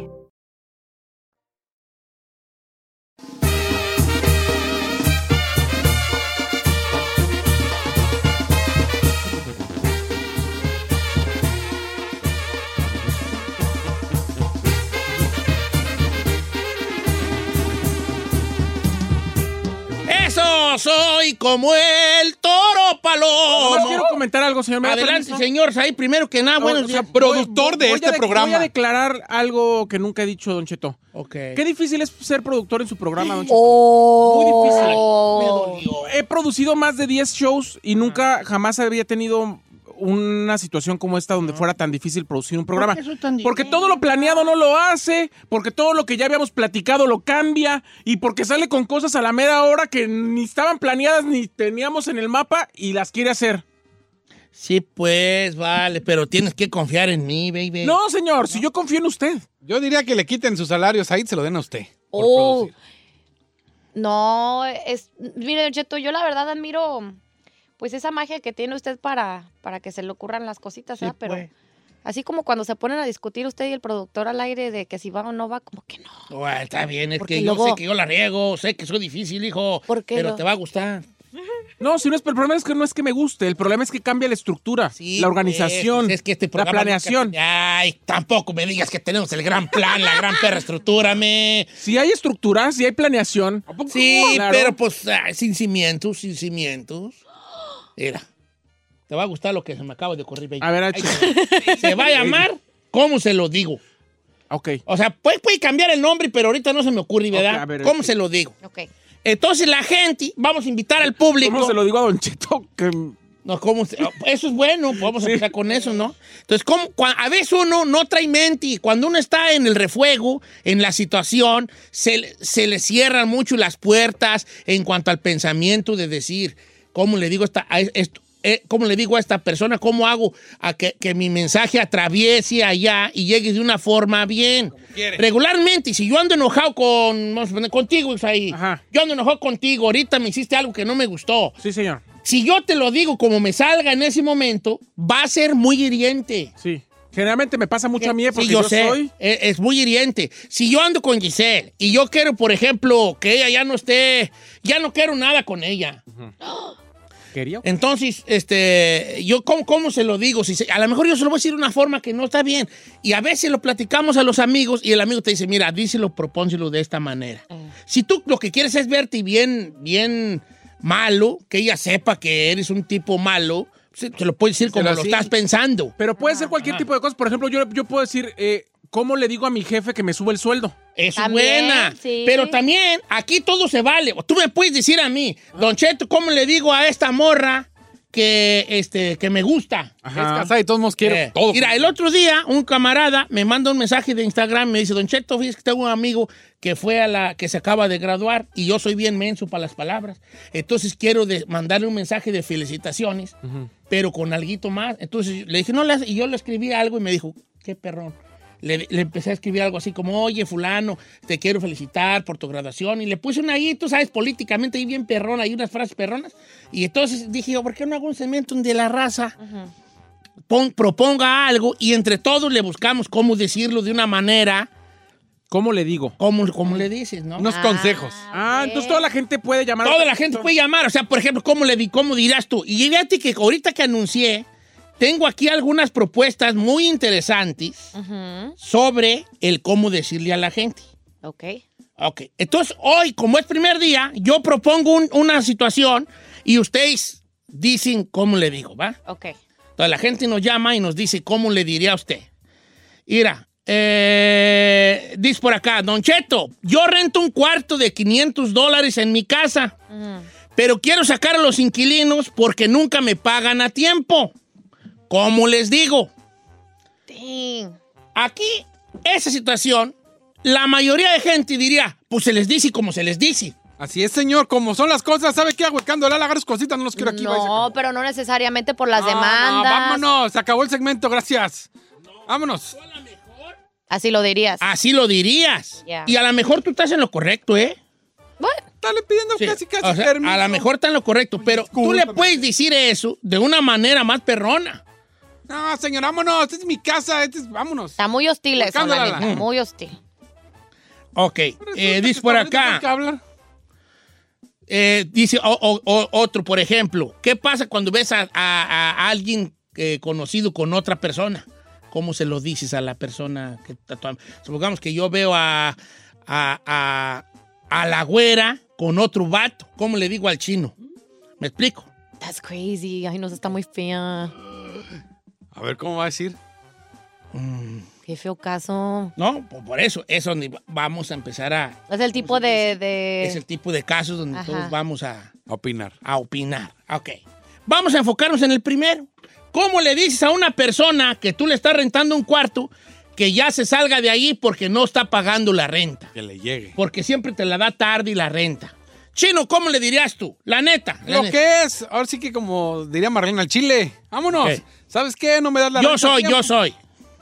[SPEAKER 1] Eso soy como el toro
[SPEAKER 2] Nomás
[SPEAKER 1] palomo.
[SPEAKER 2] quiero comentar algo, señor. ¿Me da
[SPEAKER 1] Adelante,
[SPEAKER 2] permiso?
[SPEAKER 1] señor. Ahí primero que nada,
[SPEAKER 2] Ah, Bueno,
[SPEAKER 1] buenos días.
[SPEAKER 5] productor de
[SPEAKER 2] voy a
[SPEAKER 5] este
[SPEAKER 2] dec-
[SPEAKER 5] programa.
[SPEAKER 2] Voy a declarar algo que nunca he dicho, Don Cheto.
[SPEAKER 1] Ok.
[SPEAKER 2] Qué difícil es ser productor en su programa, Don Cheto.
[SPEAKER 1] Oh,
[SPEAKER 3] Oh.
[SPEAKER 1] Me dolió.
[SPEAKER 2] He producido más de 10 shows y nunca jamás había tenido una situación como esta donde fuera tan difícil producir un programa.
[SPEAKER 1] qué soy tan difícil?
[SPEAKER 2] Porque todo lo planeado no lo hace, porque todo lo que ya habíamos platicado lo cambia y porque sale con cosas a la mera hora que ni estaban planeadas ni teníamos en el mapa y las quiere hacer.
[SPEAKER 1] Sí, pues, vale, pero tienes que confiar en mí, baby.
[SPEAKER 2] No, señor, si yo confío en usted.
[SPEAKER 5] Yo diría que le quiten su salario, Said, se lo den a usted. por
[SPEAKER 3] Oh.
[SPEAKER 5] producir.
[SPEAKER 3] No, es. Mire, Don Cheto, yo la verdad admiro. Pues esa magia que tiene usted para, para que se le ocurran las cositas,
[SPEAKER 1] Sí,
[SPEAKER 3] ¿verdad? Pero
[SPEAKER 1] pues.
[SPEAKER 3] así como cuando se ponen a discutir usted y el productor al aire de que si va o no va, como que no.
[SPEAKER 1] Bueno, Oh, está bien, es
[SPEAKER 3] Porque
[SPEAKER 1] que yo
[SPEAKER 3] luego-
[SPEAKER 1] sé que yo la riego, sé que soy difícil, hijo.
[SPEAKER 3] ¿Por qué
[SPEAKER 1] pero
[SPEAKER 3] no?
[SPEAKER 1] te va a gustar.
[SPEAKER 2] No, si no es, el problema es que no es que me guste, el problema es que cambia la estructura,
[SPEAKER 1] Sí,
[SPEAKER 2] Ah, la
[SPEAKER 1] pues,
[SPEAKER 2] organización,
[SPEAKER 1] es que este
[SPEAKER 2] la
[SPEAKER 1] programa
[SPEAKER 2] planeación.
[SPEAKER 1] nunca- Ay, tampoco me digas que tenemos el gran plan, la gran perra estructura, me.
[SPEAKER 2] Si hay estructura, si hay planeación.
[SPEAKER 1] Sí,
[SPEAKER 2] Claro.
[SPEAKER 1] pero pues ay, sin cimientos, sin cimientos. Mira, te va a gustar lo que se me acaba de ocurrir, baby.
[SPEAKER 2] A ver,
[SPEAKER 1] Ahí
[SPEAKER 2] H.
[SPEAKER 1] te va. se va a llamar, ¿cómo se lo digo?
[SPEAKER 2] Ok.
[SPEAKER 1] O sea, puede, puede cambiar el nombre, pero ahorita no se me ocurre, ¿verdad?
[SPEAKER 2] a ver,
[SPEAKER 1] ¿Cómo
[SPEAKER 2] sí.
[SPEAKER 1] se lo digo?
[SPEAKER 3] Ok.
[SPEAKER 1] Entonces la gente, vamos a invitar al público.
[SPEAKER 2] ¿Cómo se lo digo a Don Cheto? Que...
[SPEAKER 1] No, ¿cómo se- oh, Eso es bueno, vamos a empezar con eso, ¿no? Entonces, ¿cómo? Cua- a veces uno no trae mente y cuando uno está en el refuego, en la situación, se, le- se le cierran mucho las puertas en cuanto al pensamiento de decir, ¿cómo le digo esta- a esto? eh, ¿cómo le digo a esta persona? ¿Cómo hago a que, que mi mensaje atraviese allá y llegue de una forma bien?
[SPEAKER 2] quiere.
[SPEAKER 1] Regularmente, y si yo ando enojado con, vamos a poner, contigo, Isaí, yo ando enojado contigo, ahorita me hiciste algo que no me gustó.
[SPEAKER 2] Sí, señor.
[SPEAKER 1] Si yo te lo digo como me salga en ese momento, va a ser muy hiriente.
[SPEAKER 2] Sí. Generalmente me pasa mucho a mí eh, porque yo soy-
[SPEAKER 1] Es, e, es muy hiriente. Si yo ando con Giselle y yo quiero, por ejemplo, que ella ya no esté, ya no quiero nada con ella.
[SPEAKER 2] Quería.
[SPEAKER 1] Entonces, este, yo ¿cómo, cómo se lo digo? Si se- a lo mejor yo se lo voy a decir de una forma que no está bien. Y a veces lo platicamos a los amigos y el amigo te dice, mira, díselo, propónselo de esta manera.
[SPEAKER 5] Mm.
[SPEAKER 1] Si tú lo que quieres es verte bien, bien malo, que ella sepa que eres un tipo malo, se, se lo puedes decir como
[SPEAKER 2] Pero
[SPEAKER 1] lo
[SPEAKER 2] sí.
[SPEAKER 1] estás pensando.
[SPEAKER 2] Pero puede ser cualquier tipo de cosas. Por ejemplo, yo, yo puedo decir, eh, ¿cómo le digo a mi jefe que me sube el sueldo?
[SPEAKER 1] Es buena. Pero también aquí todo se vale. Tú me puedes decir a mí,
[SPEAKER 5] Ah.
[SPEAKER 1] Don Cheto, ¿cómo le digo a esta morra que, este, que me gusta?
[SPEAKER 5] Es casada y todos nos quiero.
[SPEAKER 1] Eh,
[SPEAKER 5] todo.
[SPEAKER 1] Mira, el otro día un camarada me manda un mensaje de Instagram y me dice, Don Cheto, fíjese que tengo un amigo que fue a la que se acaba de graduar y yo soy bien menso para las palabras. Entonces quiero de- mandarle un mensaje de felicitaciones, pero con alguito más. Entonces le dije, no, le hace-". y yo le escribí algo y me dijo, qué perrón. Le, le empecé a escribir algo así como, oye, fulano, te quiero felicitar por tu graduación. Y le puse una ahí, tú sabes, políticamente ahí bien perrón, hay unas frases perronas. Y entonces dije, yo, ¿por qué no hago un segmento de la raza? pon- proponga algo y entre todos le buscamos cómo decirlo de una manera.
[SPEAKER 2] ¿Cómo le digo?
[SPEAKER 1] ¿Cómo, cómo le dices, no?
[SPEAKER 2] Unos Ah, consejos. Ah, entonces toda la gente puede llamar.
[SPEAKER 1] Toda la gente puede llamar. O sea, por ejemplo, ¿cómo, le, di- cómo dirás tú? Y fíjate que ahorita que anuncié, tengo aquí algunas propuestas muy interesantes
[SPEAKER 3] Ujú.
[SPEAKER 1] sobre el cómo decirle a la gente.
[SPEAKER 3] Ok.
[SPEAKER 1] Ok, entonces hoy, como es primer día, yo propongo un- una situación y ustedes dicen cómo le digo, ¿va?
[SPEAKER 3] Ok.
[SPEAKER 1] Entonces la gente nos llama y nos dice, ¿cómo le diría a usted? Mira, eh, dice por acá, Don Cheto, yo rento un cuarto de 500 dólares en mi casa,
[SPEAKER 3] Mm.
[SPEAKER 1] pero quiero sacar a los inquilinos porque nunca me pagan a tiempo. ¿Cómo les digo?
[SPEAKER 3] Dang.
[SPEAKER 1] Aquí, esa situación, la mayoría de gente diría, pues se les dice como se les dice.
[SPEAKER 5] Así es, señor. Como son las cosas, ¿sabe qué? Ahuecando el ala, agarra sus cositas, no los quiero aquí. váyase.
[SPEAKER 3] No, pero no necesariamente por las
[SPEAKER 5] No, no,
[SPEAKER 3] demandas.
[SPEAKER 5] vámonos, se acabó el segmento, gracias. Vámonos.
[SPEAKER 3] Así lo dirías.
[SPEAKER 1] Así lo dirías.
[SPEAKER 3] Ya.
[SPEAKER 1] Y a lo mejor tú estás en lo correcto, ¿eh?
[SPEAKER 5] Dale pidiendo
[SPEAKER 1] Sí,
[SPEAKER 5] casi, casi
[SPEAKER 1] o sea,
[SPEAKER 5] permiso.
[SPEAKER 1] A lo mejor está en lo correcto, pero tú le puedes decir eso de una manera más perrona.
[SPEAKER 5] No, señor, vámonos. Esta es mi casa. Este es... Vámonos. Mm.
[SPEAKER 3] Está muy hostil eso, la
[SPEAKER 5] Escándala.
[SPEAKER 3] neta, Muy hostil.
[SPEAKER 1] Ok, eh, dice por acá, eh, dice o- o- o- otro, por ejemplo, ¿qué pasa cuando ves a, a- a alguien eh, conocido con otra persona? ¿Cómo se lo dices a la persona que está tu am- Supongamos que yo veo a, a, a- a la güera con otro vato, ¿cómo le digo al chino? ¿Me explico?
[SPEAKER 3] That's crazy. Ay, no, eso está muy fea.
[SPEAKER 5] A ver, ¿cómo va a decir?
[SPEAKER 3] Qué feo caso.
[SPEAKER 1] No, Mm, por- por eso, es donde va- vamos a empezar a,
[SPEAKER 3] Es el tipo de... de-
[SPEAKER 1] Es el tipo de casos donde
[SPEAKER 3] Ajá.
[SPEAKER 1] todos vamos a,
[SPEAKER 5] Opinar.
[SPEAKER 1] a opinar. Ok. Vamos a enfocarnos en el primero. ¿Cómo le dices a una persona que tú le estás rentando un cuarto que ya se salga de ahí porque no está pagando la renta?
[SPEAKER 5] Que le llegue.
[SPEAKER 1] Porque siempre te la da tarde y la renta. Chino, ¿cómo le dirías tú? La neta. la
[SPEAKER 5] Lo
[SPEAKER 1] neta.
[SPEAKER 5] que es, ahora sí que como diría Marlene al chile, vámonos.
[SPEAKER 1] Ok.
[SPEAKER 5] ¿Sabes qué? No me das la
[SPEAKER 1] Yo
[SPEAKER 5] renta a
[SPEAKER 1] soy,
[SPEAKER 5] tiempo.
[SPEAKER 1] yo soy.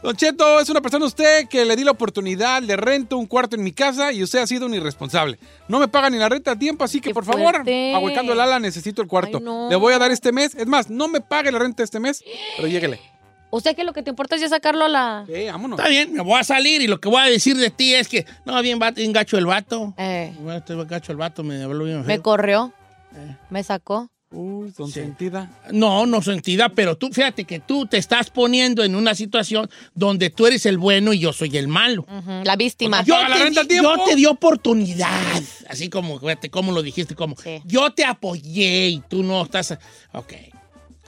[SPEAKER 5] Don Cheto, es una persona usted que le di la oportunidad, le rento un cuarto en mi casa y usted ha sido un irresponsable. No me paga ni la renta a tiempo, así que por favor,
[SPEAKER 3] fuerte.
[SPEAKER 5] ahuecando el ala, necesito el cuarto.
[SPEAKER 3] Ay, no.
[SPEAKER 5] Le voy a dar este mes. Es más, no me pague la renta este mes, pero lléguele.
[SPEAKER 3] O sea que lo que te importa es ya sacarlo a la...
[SPEAKER 5] Sí, vámonos.
[SPEAKER 1] Está bien, me voy a salir y lo que voy a decir de ti es que, no, bien, vato, bien gacho el vato.
[SPEAKER 3] Eh,
[SPEAKER 1] Bueno, Este gacho el vato me habló bien.
[SPEAKER 3] me
[SPEAKER 1] feo.
[SPEAKER 3] corrió.
[SPEAKER 1] Eh.
[SPEAKER 3] Me sacó.
[SPEAKER 5] Uy, don
[SPEAKER 1] Sí.
[SPEAKER 5] sentida.
[SPEAKER 1] No, no sentida, pero tú fíjate que tú te estás poniendo en una situación donde tú eres el bueno y yo soy el malo.
[SPEAKER 3] Ujú, La víctima.
[SPEAKER 1] Yo
[SPEAKER 5] paga la
[SPEAKER 1] te,
[SPEAKER 5] renta a
[SPEAKER 1] di,
[SPEAKER 5] tiempo.
[SPEAKER 1] yo te di oportunidad, así como, fíjate, como lo dijiste, como
[SPEAKER 3] Sí.
[SPEAKER 1] yo te apoyé y tú no estás... Ok.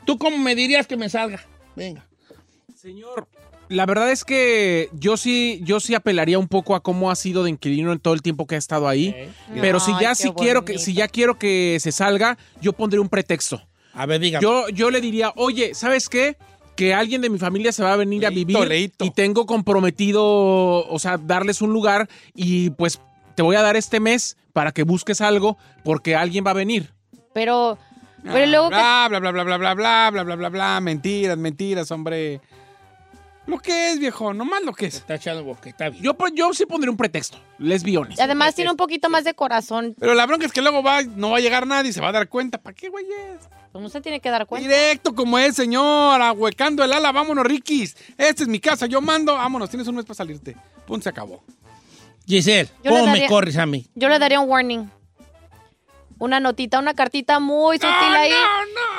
[SPEAKER 1] ¿Tú cómo me dirías que me salga? Venga.
[SPEAKER 2] Señor, la verdad es que yo sí, yo sí apelaría un poco a cómo ha sido de inquilino en todo el tiempo que ha estado ahí. Pero si
[SPEAKER 3] Ay,
[SPEAKER 2] ya
[SPEAKER 3] qué
[SPEAKER 2] sí quiero que,
[SPEAKER 3] bonito.
[SPEAKER 2] si ya quiero que se salga, yo pondré un pretexto.
[SPEAKER 1] A ver, dígame.
[SPEAKER 2] Yo, yo le diría, oye, ¿sabes qué? Que alguien de mi familia se va a venir a
[SPEAKER 5] Leíto,
[SPEAKER 2] vivir
[SPEAKER 5] leíto.
[SPEAKER 2] y tengo comprometido, o sea, darles un lugar y pues te voy a dar este mes para que busques algo porque alguien va a venir.
[SPEAKER 3] Pero Pero luego que-
[SPEAKER 5] Ah, Bla, bla, bla, bla, bla, bla, bla, bla, bla, bla, bla. Mentiras, mentiras, hombre. Lo que es, viejo, nomás lo que es.
[SPEAKER 1] Está pues, echando boqueta.
[SPEAKER 2] Yo, pon- yo sí pondría un pretexto, les be honest.
[SPEAKER 3] Y Además tiene un poquito más de corazón.
[SPEAKER 5] Pero la bronca es que luego va, no va a llegar nadie y se va a dar cuenta. ¿Para qué, güey?
[SPEAKER 3] Pues No se tiene que dar cuenta.
[SPEAKER 5] Directo como es, señora, huecando el ala, vámonos, Rikis. Esta es mi casa, yo mando, vámonos, tienes un mes para salirte. Pum, se acabó.
[SPEAKER 1] Giselle,
[SPEAKER 3] Yo le
[SPEAKER 1] ¿cómo me
[SPEAKER 3] daría-
[SPEAKER 1] corres a mí?
[SPEAKER 3] Yo le daría un warning. Una notita, una cartita muy sutil ahí.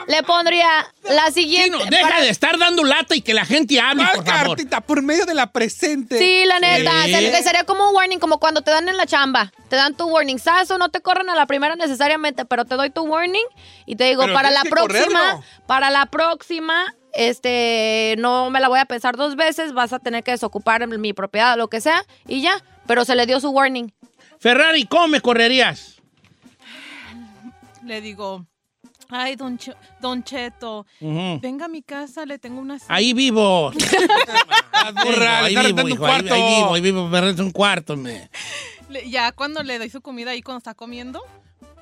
[SPEAKER 3] Le pondría la siguiente.
[SPEAKER 5] Eh,
[SPEAKER 1] No, deja
[SPEAKER 3] para-
[SPEAKER 1] de estar dando lata y que la gente hable, por favor.
[SPEAKER 5] por medio de la presente.
[SPEAKER 3] Sí, la neta.
[SPEAKER 1] Sí.
[SPEAKER 3] se- que sería como un warning, como cuando te dan en la chamba. Te dan tu warning. Sazo, no te corren a la primera necesariamente, pero te doy tu warning y te digo,
[SPEAKER 5] Pero
[SPEAKER 3] para la
[SPEAKER 5] tienes que
[SPEAKER 3] próxima,
[SPEAKER 5] correrlo.
[SPEAKER 3] para la próxima, este, no me la voy a pensar dos veces, vas a tener que desocupar mi propiedad, lo que sea, y ya. Pero se le dio su warning.
[SPEAKER 1] Ferrari, ¿cómo me correrías?
[SPEAKER 9] Le digo, ay, don, Che- don Cheto,
[SPEAKER 1] Ujú.
[SPEAKER 9] venga a mi casa, le tengo una... cita".
[SPEAKER 1] Ahí vivo.
[SPEAKER 5] burra, le
[SPEAKER 1] ahí,
[SPEAKER 5] está rentando
[SPEAKER 1] vivo
[SPEAKER 5] un
[SPEAKER 1] hijo, ahí,
[SPEAKER 5] cuarto.
[SPEAKER 1] ahí vivo, ahí vivo, me rento un cuarto. Me.
[SPEAKER 9] Le- ya cuando le doy su comida ahí cuando está comiendo.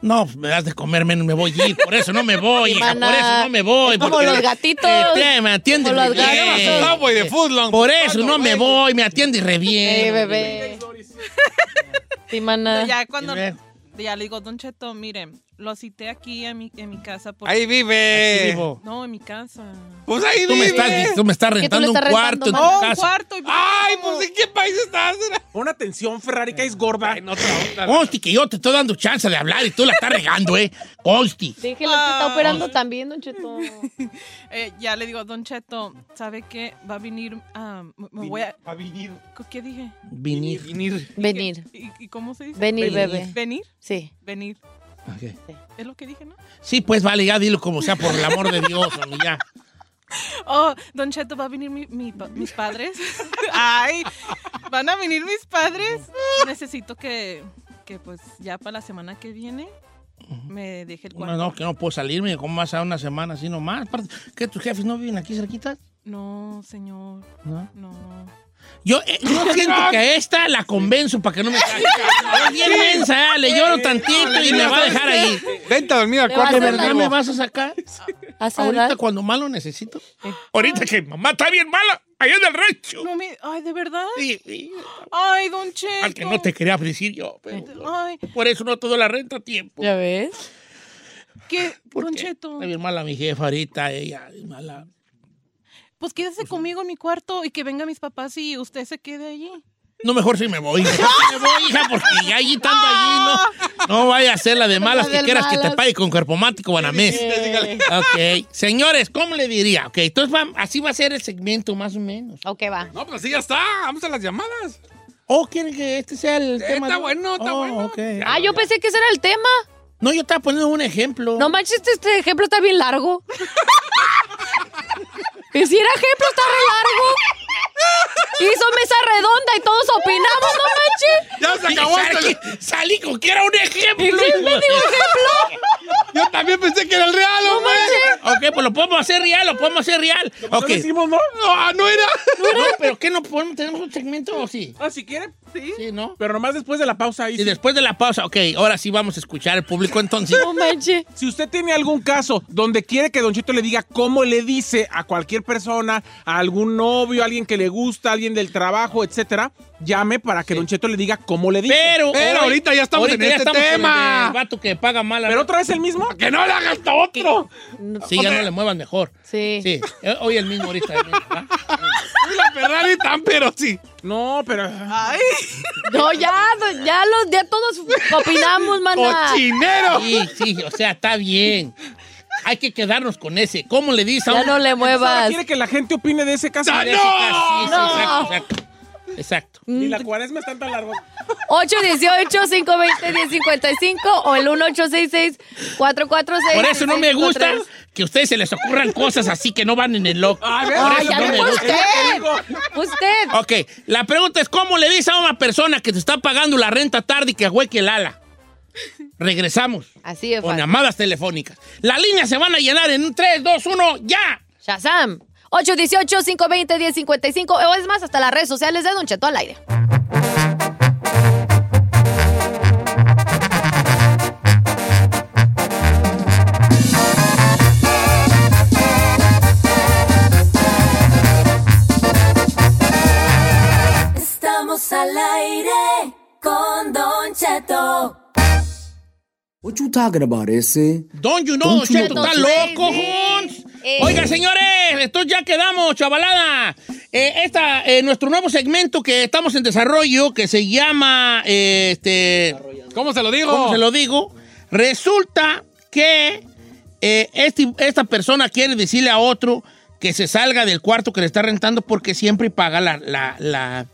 [SPEAKER 1] No, me has de comer menos, me voy a ir. Por eso no me voy, hija,
[SPEAKER 9] Mana,
[SPEAKER 1] por eso no me voy.
[SPEAKER 9] es como
[SPEAKER 1] porque-
[SPEAKER 9] los gatitos.
[SPEAKER 1] Eh, te- me atiendes
[SPEAKER 9] Como los
[SPEAKER 1] re bien. Eh,
[SPEAKER 9] gatos.
[SPEAKER 5] Cowboy de footlong.
[SPEAKER 1] Por eso no me voy, me atiendes re bien.
[SPEAKER 9] Eh,
[SPEAKER 3] bebé. Sí, mana.
[SPEAKER 9] Ya cuando...
[SPEAKER 1] Y luego.
[SPEAKER 9] Ya le digo, don Cheto, mire, lo cité aquí en mi, en mi casa. porque-
[SPEAKER 5] Ahí vive.
[SPEAKER 1] Aquí vivo.
[SPEAKER 9] No, en mi casa.
[SPEAKER 5] Pues ahí
[SPEAKER 1] Tú me estás, tú me estás
[SPEAKER 9] ¿Qué tú
[SPEAKER 1] rentando
[SPEAKER 9] le
[SPEAKER 1] un
[SPEAKER 9] estás
[SPEAKER 1] cuarto en
[SPEAKER 9] rentando,
[SPEAKER 1] tu
[SPEAKER 2] Oh,
[SPEAKER 9] mana?
[SPEAKER 1] casa.
[SPEAKER 9] Un cuarto.
[SPEAKER 5] Ay, pues ¿en qué país estás?
[SPEAKER 2] Pon atención, Ferrari, que es gorda.
[SPEAKER 1] Consti, que yo te estoy dando chance de hablar y tú la estás regando, ¿eh? Consti.
[SPEAKER 3] Déjelo, se está operando también, don Cheto.
[SPEAKER 9] Ah. Eh, ya le digo, don Cheto, ¿sabe qué? Va a venir... ah, me- me voy a...
[SPEAKER 5] Va a venir.
[SPEAKER 9] ¿Qué dije?
[SPEAKER 1] Vinir.
[SPEAKER 3] Venir.
[SPEAKER 9] ¿Y, y cómo se dice?
[SPEAKER 3] Venir, bebé.
[SPEAKER 9] ¿Venir?
[SPEAKER 3] Sí.
[SPEAKER 9] Venir.
[SPEAKER 1] Ok.
[SPEAKER 9] Es lo que dije, ¿no?
[SPEAKER 1] Sí, pues vale, ya dilo como sea, por el amor de Dios, hombre, ya.
[SPEAKER 9] Oh, Don Cheto, ¿va a venir mi- mi pa- mis padres? Ay, ¿van a venir mis padres? Necesito que, que, pues, ya para la semana que viene me deje el
[SPEAKER 1] No,
[SPEAKER 9] cuarto.
[SPEAKER 1] no, que no puedo salirme, ¿cómo vas a una semana así nomás? Aparte, ¿Qué, tus jefes no viven aquí cerquita?
[SPEAKER 9] No, señor,
[SPEAKER 1] No.
[SPEAKER 9] no.
[SPEAKER 1] Yo, eh, yo siento que a esta la convenzo para que no me caiga. Es bien mensa, ¿eh? le lloro tantito y me va a dejar ahí.
[SPEAKER 5] Vente a dormir al
[SPEAKER 3] Me va a
[SPEAKER 5] cuarto.
[SPEAKER 1] ¿De
[SPEAKER 3] hacer
[SPEAKER 1] verdad me vas a sacar?
[SPEAKER 3] ¿Has
[SPEAKER 1] Ahorita
[SPEAKER 3] hablado?
[SPEAKER 1] cuando más lo necesito. Ahorita que mamá está bien mala, allá en el rancho.
[SPEAKER 9] No me, ay, ¿de verdad?
[SPEAKER 1] Sí, sí,
[SPEAKER 9] Ay, Don Cheto.
[SPEAKER 1] al que no te quería decir yo. pero
[SPEAKER 9] Ay,
[SPEAKER 1] por eso no te doy la renta a tiempo.
[SPEAKER 3] ¿Ya ves?
[SPEAKER 9] ¿qué,
[SPEAKER 1] ¿Por
[SPEAKER 9] Don
[SPEAKER 1] qué?
[SPEAKER 9] Cheto?
[SPEAKER 1] Está bien mala mi jefa ahorita, ella. bien Mala.
[SPEAKER 9] Pues quédese conmigo en mi cuarto y que vengan mis papás y usted se quede allí.
[SPEAKER 1] No, mejor si me voy. Mejor si me voy, hija, porque ya allí tanto allí, no. No vaya a ser la de malas
[SPEAKER 3] La
[SPEAKER 1] que
[SPEAKER 3] del
[SPEAKER 1] quieras que te
[SPEAKER 3] malas.
[SPEAKER 1] pague con cuerpo mático banamés. Ok. Señores, ¿cómo le diría? Ok, entonces va- así va a ser el segmento, más o menos.
[SPEAKER 3] Ok, va.
[SPEAKER 5] No, pues así ya está. Vamos a las llamadas. Eh,
[SPEAKER 1] ¿O quieren que este sea el tema?
[SPEAKER 5] está
[SPEAKER 1] de-
[SPEAKER 5] bueno, está
[SPEAKER 1] Oh,
[SPEAKER 5] bueno.
[SPEAKER 1] ok.
[SPEAKER 3] Ah, yo pensé que ese era el tema.
[SPEAKER 1] No, yo estaba poniendo un ejemplo.
[SPEAKER 3] No manches, este, este ejemplo está bien largo. que si era ejemplo, está re largo. Hizo mesa redonda y todos opinamos, no
[SPEAKER 5] Ya se
[SPEAKER 1] Sí,
[SPEAKER 5] acabó.
[SPEAKER 1] salí,
[SPEAKER 5] esto.
[SPEAKER 1] salí con que era un ejemplo.
[SPEAKER 3] manches.
[SPEAKER 1] hijo.
[SPEAKER 3] Me digo ejemplo.
[SPEAKER 5] Yo también pensé que era el real, hombre.
[SPEAKER 1] Ok, pues lo podemos hacer real, lo podemos hacer real. Ok.
[SPEAKER 5] ¿no? No, no era.
[SPEAKER 1] No, pero ¿qué no podemos tener un segmento o sí?
[SPEAKER 2] Ah, si quieren, sí.
[SPEAKER 1] Sí, ¿no?
[SPEAKER 2] Pero nomás después de la pausa ahí.
[SPEAKER 1] Y después de la pausa, ok, ahora sí vamos a escuchar al público entonces.
[SPEAKER 3] No manches.
[SPEAKER 2] Si usted tiene algún caso donde quiere que Don Cheto le diga cómo le dice a cualquier persona, a algún novio, a alguien que le gusta, a alguien del trabajo, etcétera, llame para que Don Cheto le diga cómo le dice.
[SPEAKER 1] Pero,
[SPEAKER 5] Pero
[SPEAKER 1] hoy-
[SPEAKER 5] ahorita ya estamos
[SPEAKER 1] ahorita
[SPEAKER 5] en
[SPEAKER 1] ya
[SPEAKER 5] este
[SPEAKER 1] estamos
[SPEAKER 5] tema.
[SPEAKER 1] en el vato que paga mal.
[SPEAKER 2] ¿Pero otra vez el mismo.
[SPEAKER 5] Que no le hagas otro.
[SPEAKER 1] Sí, ya no le muevas mejor.
[SPEAKER 3] Sí.
[SPEAKER 1] Sí, eh, hoy el mismo ahorita. el mismo, ¿verdad?
[SPEAKER 5] La Ferrari tan, pero sí.
[SPEAKER 2] No, pero.
[SPEAKER 9] Ay,
[SPEAKER 3] No, ya, ya los, ya todos opinamos, mana.
[SPEAKER 5] ¡Cochinero!
[SPEAKER 1] Sí, sí, o sea, está bien. Hay que quedarnos con ese. ¿Cómo le dice a
[SPEAKER 3] Ya
[SPEAKER 1] un
[SPEAKER 3] no le muevas.
[SPEAKER 2] ¿Quiere que la gente opine de ese caso?
[SPEAKER 5] ¡Ah,
[SPEAKER 1] Sí, sí, sí, sí,
[SPEAKER 3] No.
[SPEAKER 1] exacto, exacto. Exacto.
[SPEAKER 2] Ni la cuaresma está tan largo.
[SPEAKER 3] 818-520-1055 o el 1866-446.
[SPEAKER 1] Por eso no me gusta que a ustedes se les ocurran cosas así que no van en el loco.
[SPEAKER 5] Ah,
[SPEAKER 2] A ver,
[SPEAKER 1] Por
[SPEAKER 3] Ay,
[SPEAKER 1] eso
[SPEAKER 3] ya
[SPEAKER 1] no me
[SPEAKER 3] dijo
[SPEAKER 1] gusta.
[SPEAKER 3] usted. Usted.
[SPEAKER 1] Ok, la pregunta es: ¿cómo le dice a una persona que te está pagando la renta tarde y que hueque el ala? Regresamos
[SPEAKER 3] Así es
[SPEAKER 1] con
[SPEAKER 3] fácil.
[SPEAKER 1] llamadas telefónicas. Las líneas se van a llenar en un 3, 2, 1, ¡ya!
[SPEAKER 3] Shazam. 818-520-1055 o es más, hasta las redes sociales de Don Cheto al aire.
[SPEAKER 4] cine con Don Cheto.
[SPEAKER 10] What you talking about, ese?
[SPEAKER 1] Don't you know, Don Cheto, está loco, Jones.
[SPEAKER 5] Eh.
[SPEAKER 1] Oiga, señores, entonces ya quedamos, chavalada. Eh, esta, eh, nuestro nuevo segmento que estamos en desarrollo, que se llama, eh, este...
[SPEAKER 5] ¿Cómo se lo digo?
[SPEAKER 1] ¿Cómo se lo digo? Resulta que eh, este- esta persona quiere decirle a otro que se salga del cuarto que le está rentando porque siempre paga la, la, la-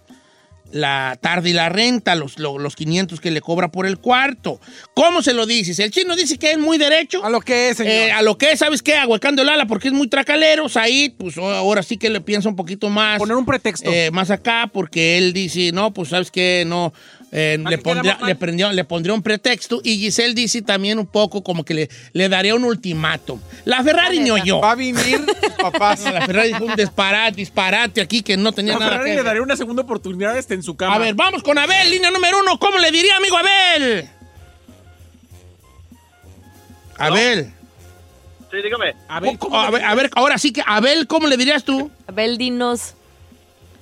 [SPEAKER 1] la tarde y la renta, los, lo- los 500 que le cobra por el cuarto. ¿Cómo se lo dices? El chino dice que es muy derecho. A lo que es, a lo que es, ¿sabes qué? Aguacando el ala porque es muy tracalero. Ahí, pues o- ahora sí que le piensa un poquito más. Poner un pretexto. más acá porque él dice, no, pues sabes qué, no. eh, le, pondría, le, prendió- le pondría un pretexto y Giselle dice también un poco como que le, le daría un ultimátum. La Ferrari ni oyó.
[SPEAKER 5] Va a venir papás.
[SPEAKER 1] No, la Ferrari fue un disparate, disparate aquí que no tenía
[SPEAKER 2] La
[SPEAKER 1] nada
[SPEAKER 2] Ferrari
[SPEAKER 1] que
[SPEAKER 2] le
[SPEAKER 1] ver.
[SPEAKER 2] daría una segunda oportunidad este en su cama.
[SPEAKER 1] A ver, vamos con Abel, línea número uno. ¿Cómo le diría, amigo Abel? Abel.
[SPEAKER 11] Sí, dígame.
[SPEAKER 1] Abel, a, ver, a ver, ahora sí que, Abel, ¿cómo le dirías tú?
[SPEAKER 11] Abel, dinos.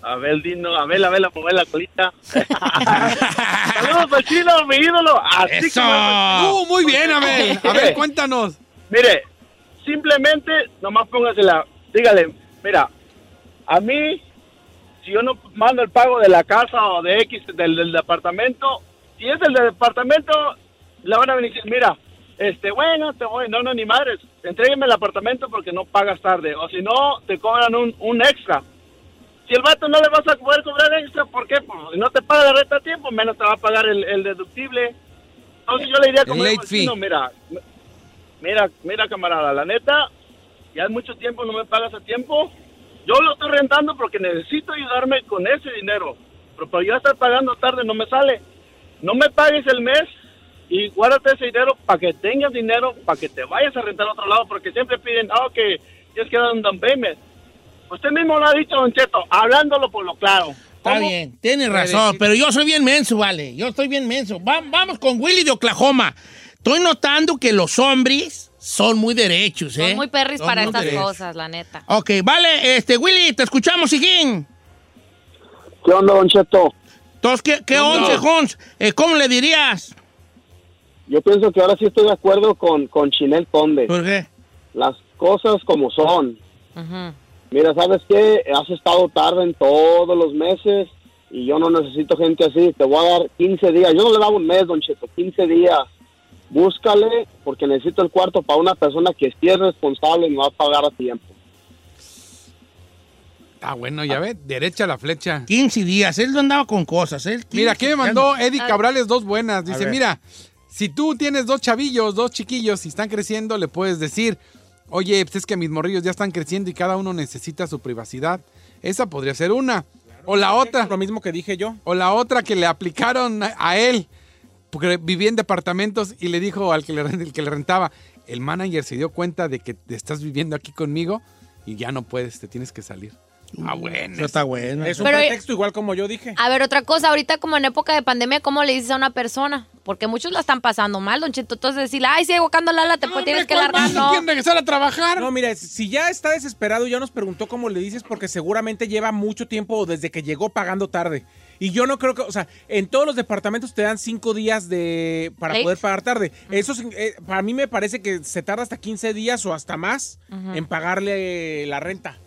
[SPEAKER 11] Abel, dino, Abel, Abel, a mover la colita.
[SPEAKER 5] Ah.
[SPEAKER 11] Saludos al chino, mi ídolo. Así
[SPEAKER 5] Eso.
[SPEAKER 11] como-
[SPEAKER 5] Uh, muy bien, Abel. Abel, cuéntanos.
[SPEAKER 11] Mire, simplemente, nomás póngasela, dígale, mira, a mí, si yo no mando el pago de la casa o de X del, del departamento, si es del departamento, le van a venir y decir, mira, este, bueno, te voy, no, no, ni madres, entrégueme el apartamento porque no pagas tarde, o si no, te cobran un, un extra. Si el vato no le vas a poder cobrar extra, ¿por qué? Pues, si no te paga la renta a tiempo, menos te va a pagar el, el deductible. Entonces yo le diría
[SPEAKER 5] El
[SPEAKER 11] como el
[SPEAKER 5] late fee.
[SPEAKER 11] vecino, mira, mira, mira camarada, la neta, ya es mucho tiempo, no me pagas a tiempo. Yo lo estoy rentando porque necesito ayudarme con ese dinero. Pero para yo estar pagando tarde no me sale. No me pagues el mes y guárdate ese dinero para que tengas dinero, para que te vayas a rentar a otro lado, porque siempre piden, ah, que tienes que dar un down payment. Usted mismo lo ha dicho, Don Cheto, hablándolo por lo claro.
[SPEAKER 1] Está bien, tiene razón, pero yo soy bien menso, vale. Yo estoy bien menso. Va- vamos con Willy de Oklahoma. Estoy notando que los hombres son muy derechos, ¿eh?
[SPEAKER 3] Son muy perris
[SPEAKER 1] Son
[SPEAKER 3] para
[SPEAKER 1] muy
[SPEAKER 3] estas
[SPEAKER 1] derechos.
[SPEAKER 3] cosas, la
[SPEAKER 2] Ah,
[SPEAKER 3] neta.
[SPEAKER 1] Ok, vale, este, Willy, te escuchamos, Siguín.
[SPEAKER 12] ¿Qué onda, Don Cheto?
[SPEAKER 1] Entonces, ¿qué, qué once, Jones? Eh, ¿Cómo le dirías?
[SPEAKER 12] Yo pienso que ahora sí estoy de acuerdo con, con Chinel Conde.
[SPEAKER 1] ¿Por qué?
[SPEAKER 12] Las cosas como son. Mira, ¿sabes qué? Has estado tarde en todos los meses y yo no necesito gente así. Te voy a dar 15 días. Yo no le daba un mes, Don Cheto, 15 días. Búscale porque necesito el cuarto para una persona que sí es responsable y me va a pagar a tiempo.
[SPEAKER 5] Ah, bueno, ya ve, derecha la flecha.
[SPEAKER 1] 15 días, él no andaba con cosas. Él
[SPEAKER 5] Mira, aquí me mandó Eddie
[SPEAKER 1] Ah.
[SPEAKER 5] Cabrales dos buenas.
[SPEAKER 1] A
[SPEAKER 5] Dice,
[SPEAKER 1] ver.
[SPEAKER 5] mira, si tú tienes dos chavillos, dos chiquillos y están creciendo, le puedes decir, oye, pues es que mis morrillos ya están creciendo y cada uno necesita su privacidad. Esa podría ser una. O la otra. Lo mismo que dije yo. O la otra que le aplicaron a- a él. Porque vivía en departamentos y le dijo al que le, el que le rentaba, el manager se dio cuenta de que te estás viviendo aquí conmigo y ya no puedes, te tienes que salir. Ah, bueno.
[SPEAKER 1] Eso está bueno.
[SPEAKER 2] Es un
[SPEAKER 3] Pero-
[SPEAKER 2] pretexto igual como yo dije.
[SPEAKER 3] A ver, otra cosa, ahorita como en época de pandemia, ¿cómo le dices a una persona? Porque muchos la están pasando mal, don Cheto. Entonces decirle, ay, sí, aguacando la lata, pues tienes que largar. No.
[SPEAKER 5] regresar a trabajar?
[SPEAKER 2] No, mira, si ya está desesperado, ya nos preguntó cómo le dices, porque seguramente lleva mucho tiempo o desde que llegó pagando tarde. Y yo no creo que, o sea, en todos los departamentos te dan cinco días de para
[SPEAKER 13] Late.
[SPEAKER 2] poder pagar tarde. Eso sin- eh, para mí me parece que se tarda hasta 15 días o hasta más
[SPEAKER 13] Ujú.
[SPEAKER 2] en pagarle eh, la renta.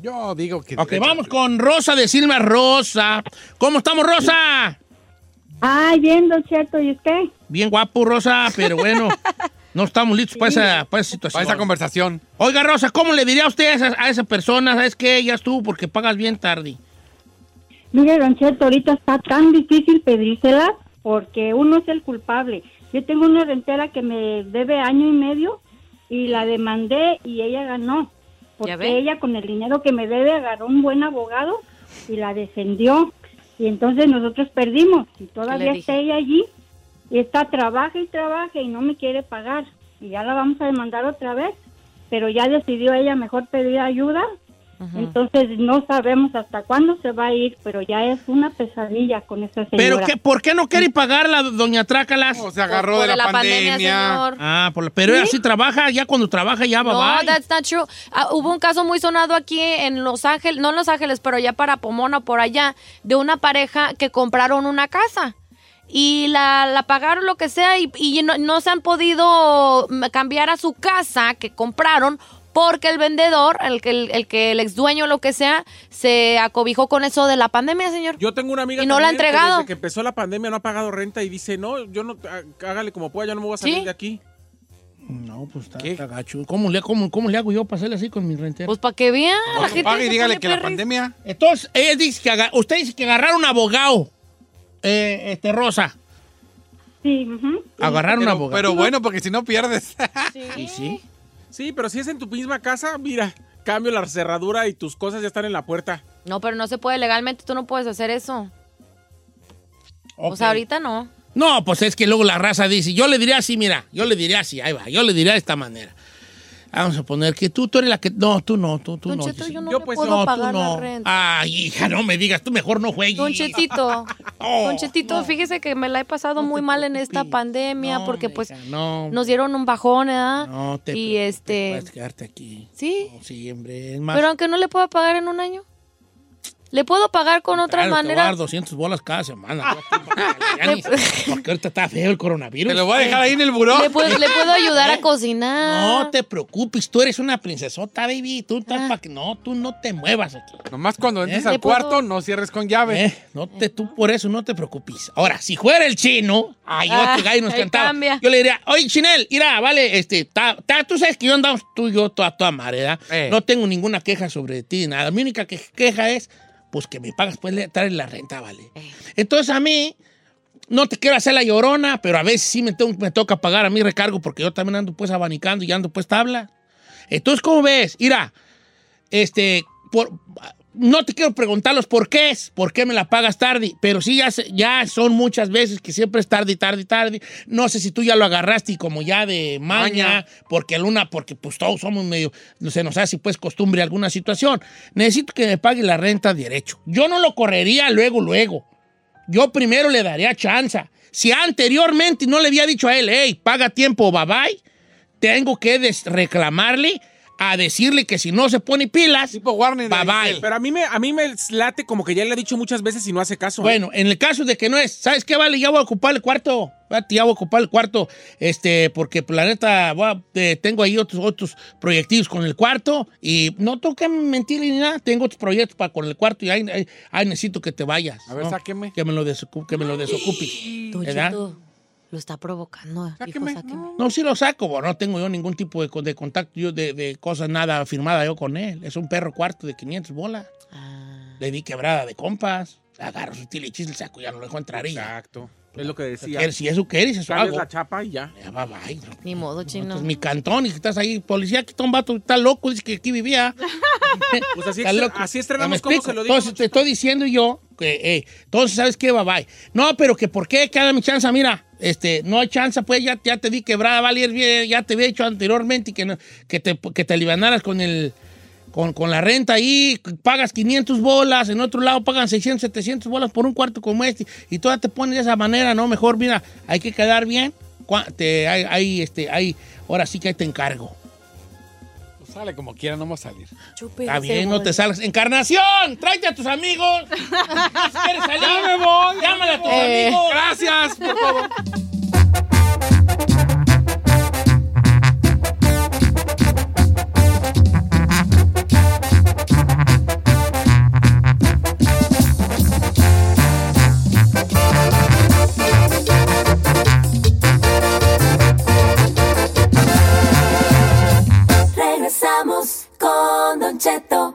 [SPEAKER 5] Yo digo que...
[SPEAKER 1] Ok, vamos con Rosa de Silva Rosa. ¿Cómo estamos, Rosa?
[SPEAKER 14] Ay, bien, Don Cheto, ¿y usted?
[SPEAKER 1] Bien guapo, Rosa, pero bueno, no estamos listos para, esa, para esa situación.
[SPEAKER 5] Para esa
[SPEAKER 1] conversación. Oiga, Rosa, ¿cómo le diría a usted a esas- a esa, persona? ¿Sabes qué? Ya estuvo porque pagas bien tarde.
[SPEAKER 14] Mire, Don Cheto, ahorita está tan difícil pedírsela porque uno es el culpable. Yo tengo una rentera que me debe año y medio y la demandé y ella ganó. Porque ella con el dinero que me debe agarró un buen abogado y la defendió. Y entonces nosotros perdimos y todavía
[SPEAKER 15] dije?
[SPEAKER 14] está ella allí y está trabaja y trabaja y no me quiere pagar. Y ya la vamos a demandar otra vez. Pero ya decidió ella mejor pedir ayuda Entonces no sabemos hasta cuándo se va a ir, pero ya es una pesadilla con esa señora.
[SPEAKER 1] ¿Pero qué, por qué no quiere pagarla, doña Trácalas? se
[SPEAKER 5] agarró Por- por de la la pandemia,
[SPEAKER 3] pandemia. señor.
[SPEAKER 1] Ah, por la- pero ella sí trabaja, ya cuando trabaja ya va,
[SPEAKER 3] No,
[SPEAKER 1] bye.
[SPEAKER 3] that's not true. Ah, hubo un caso muy sonado aquí en Los Ángeles, no en Los Ángeles, pero ya para Pomona, por allá, de una pareja que compraron una casa. Y la, la pagaron lo que sea y, y no, no se han podido mm, cambiar a su casa que compraron porque el vendedor, el, que- el, el que el ex dueño, lo que sea, se acobijó con eso de la pandemia, señor.
[SPEAKER 2] Yo tengo una amiga
[SPEAKER 3] Y no la ha
[SPEAKER 2] también que
[SPEAKER 3] entregado.
[SPEAKER 2] desde que empezó la pandemia no ha pagado renta y dice, no, yo no, há- hágale como pueda, yo no me voy a salir de aquí.
[SPEAKER 1] No, pues está, está gacho. ¿Cómo le, cómo, cómo le hago yo para hacerle así con mi rentero?
[SPEAKER 3] Pues para que vean.
[SPEAKER 2] Pues la que gente pague y se dígale pone que la perris.
[SPEAKER 1] pandemia. Entonces, ella dice que aga- usted dice que agarraron un abogado. Eh, este, Rosa.
[SPEAKER 14] Sí,
[SPEAKER 1] Agarraron un
[SPEAKER 5] Pero-
[SPEAKER 1] abogado.
[SPEAKER 5] Pero bueno, porque si no pierdes.
[SPEAKER 1] ¿Y sí?
[SPEAKER 2] Sí, pero si es en tu misma casa, mira, cambio la cerradura y tus cosas ya están en la puerta.
[SPEAKER 3] No, pero no se puede legalmente, tú no puedes hacer eso. O sea, ahorita no.
[SPEAKER 1] No, pues es que luego la raza dice, yo le diría así, mira, yo le diría así, ahí va, yo le diría de esta manera. Vamos a poner que tú, tú eres la que... No, tú no, tú, tú
[SPEAKER 3] Don
[SPEAKER 1] no.
[SPEAKER 3] Cheto,
[SPEAKER 1] Giselle.
[SPEAKER 3] yo no Yo, le pues, puedo
[SPEAKER 1] tú
[SPEAKER 3] pagar la renta.
[SPEAKER 1] Ay, hija, no me digas, tú mejor no juegues.
[SPEAKER 3] Don Chetito, Don Chetito, fíjese que me la he pasado muy mal en esta pandemia porque pues
[SPEAKER 1] No,
[SPEAKER 3] nos dieron un bajón, ¿verdad?
[SPEAKER 1] no te
[SPEAKER 3] y este,
[SPEAKER 1] puedes quedarte aquí.
[SPEAKER 3] sí,
[SPEAKER 1] No, sí, hombre, es más...
[SPEAKER 3] pero aunque no le pueda pagar en un año, le puedo pagar con otra
[SPEAKER 1] Claro, te voy a
[SPEAKER 3] manera.
[SPEAKER 1] dar 200 bolas cada semana. Ya ni- Porque ahorita está feo el coronavirus.
[SPEAKER 5] Te lo voy a dejar ahí en el buró.
[SPEAKER 3] Le puedo, le puedo ayudar a Ah. cocinar.
[SPEAKER 1] No te preocupes, tú eres una princesota, baby. Tú estás pa' que no, tú no te muevas aquí.
[SPEAKER 5] Nomás cuando entres
[SPEAKER 1] ¿Eh?
[SPEAKER 5] al
[SPEAKER 1] ¿Le puedo?
[SPEAKER 5] cuarto, no cierres con llave.
[SPEAKER 1] Eh, No te, tú por eso no te preocupes. Ahora, si fuera el chino, ay, yo
[SPEAKER 5] Ah,
[SPEAKER 1] este gallo nos
[SPEAKER 5] ahí
[SPEAKER 1] cantaba. Yo le diría, oye, Chinel, mira, vale, este, ta- ta- tú sabes que yo andamos tú y yo toda tu amareda. No tengo ninguna queja sobre ti, nada. Mi única que- queja es, pues que me pagas, pues le traes la renta, vale.
[SPEAKER 5] Eh.
[SPEAKER 1] Entonces a mí, no te quiero hacer la llorona, pero a veces sí me, tengo- me toca pagar a mi recargo porque yo también ando pues abanicando y ando pues tabla. Entonces, ¿cómo ves? Mira, este, por, no te quiero preguntar los porqués, por qué me la pagas tarde, pero sí ya, se- ya son muchas veces que siempre es tarde, tarde, tarde. No sé si tú ya lo agarraste y como ya de maña,
[SPEAKER 5] Maña.
[SPEAKER 1] porque luna, porque pues todos somos medio, se nos hace pues costumbre alguna situación. Necesito que me pague la renta derecho. Yo no lo correría luego, luego. Yo primero le daría chance. Si anteriormente no le había dicho a él, hey, paga tiempo, bye bye, tengo que des- reclamarle a decirle que si no se pone pilas,
[SPEAKER 2] pues,
[SPEAKER 1] bye bye.
[SPEAKER 2] Pero a mí, me, a mí me late como que ya le he dicho muchas veces y no hace caso. ¿eh?
[SPEAKER 1] Bueno, en el caso de que no es, ¿sabes qué, Vale? Ya voy a ocupar el cuarto. Vete, Ya voy a ocupar el cuarto, este, porque pues, la neta, voy a- eh, tengo ahí otros, otros proyectivos con el cuarto y no tengo que mentir ni nada. Tengo otros proyectos para con el cuarto y ahí, ahí- ahí necesito que te vayas. A ver, sáqueme. Que me lo, desocu- que me lo desocupes.
[SPEAKER 3] Don
[SPEAKER 1] ¿verdad?
[SPEAKER 3] Cheto, lo está provocando. hijo, sáqueme.
[SPEAKER 1] No, sí lo saco, bo, no tengo yo ningún tipo de, co- de contacto, yo de, de cosas nada firmada yo con él. Es un perro cuarto de 500 bolas.
[SPEAKER 3] Ah.
[SPEAKER 1] Le di quebrada de compas. Agarro su tilichis, le saco, ya no lo dejo entrar y ya.
[SPEAKER 2] Exacto. Es lo que decía.
[SPEAKER 1] Quiere- Si eso quieres, eso
[SPEAKER 2] Cambias
[SPEAKER 1] hago.
[SPEAKER 2] la chapa y ya.
[SPEAKER 1] Ya, bye, bye. No,
[SPEAKER 3] Ni modo, chino.
[SPEAKER 1] pues, mi cantón, y que estás ahí, policía, aquí está un vato, está loco, dice que aquí vivía.
[SPEAKER 2] Pues así,
[SPEAKER 1] Está
[SPEAKER 2] extra-
[SPEAKER 1] loco.
[SPEAKER 2] así estrenamos
[SPEAKER 1] No, me
[SPEAKER 2] cómo
[SPEAKER 1] explico.
[SPEAKER 2] se lo digo.
[SPEAKER 1] Entonces te estoy diciendo yo que, eh, entonces, ¿sabes qué? Bye bye. No, pero que por qué queda mi chance, mira, este, no hay chance, pues ya, ya te vi quebrada, vale, bien, ya te había hecho anteriormente y que, no- que te, que te alivianaras con el. Con, con la renta ahí, pagas 500 bolas, en otro lado pagan 600, 700 bolas por un cuarto como este, y todas te pones de esa manera, ¿no? Mejor, mira, hay que quedar bien. Cua- Te, hay, hay, este, hay, ahora sí que ahí te encargo.
[SPEAKER 5] Sale como quiera, no vamos a salir.
[SPEAKER 1] Está bien, no te salgas. ¡Encarnación! ¡Tráete a tus amigos! Si ¿Quieres salir?
[SPEAKER 5] Ya me voy, ya
[SPEAKER 1] ¡Llámale a tus
[SPEAKER 5] Eh.
[SPEAKER 1] amigos!
[SPEAKER 5] Gracias por todo.
[SPEAKER 4] Regresamos con Don Cheto.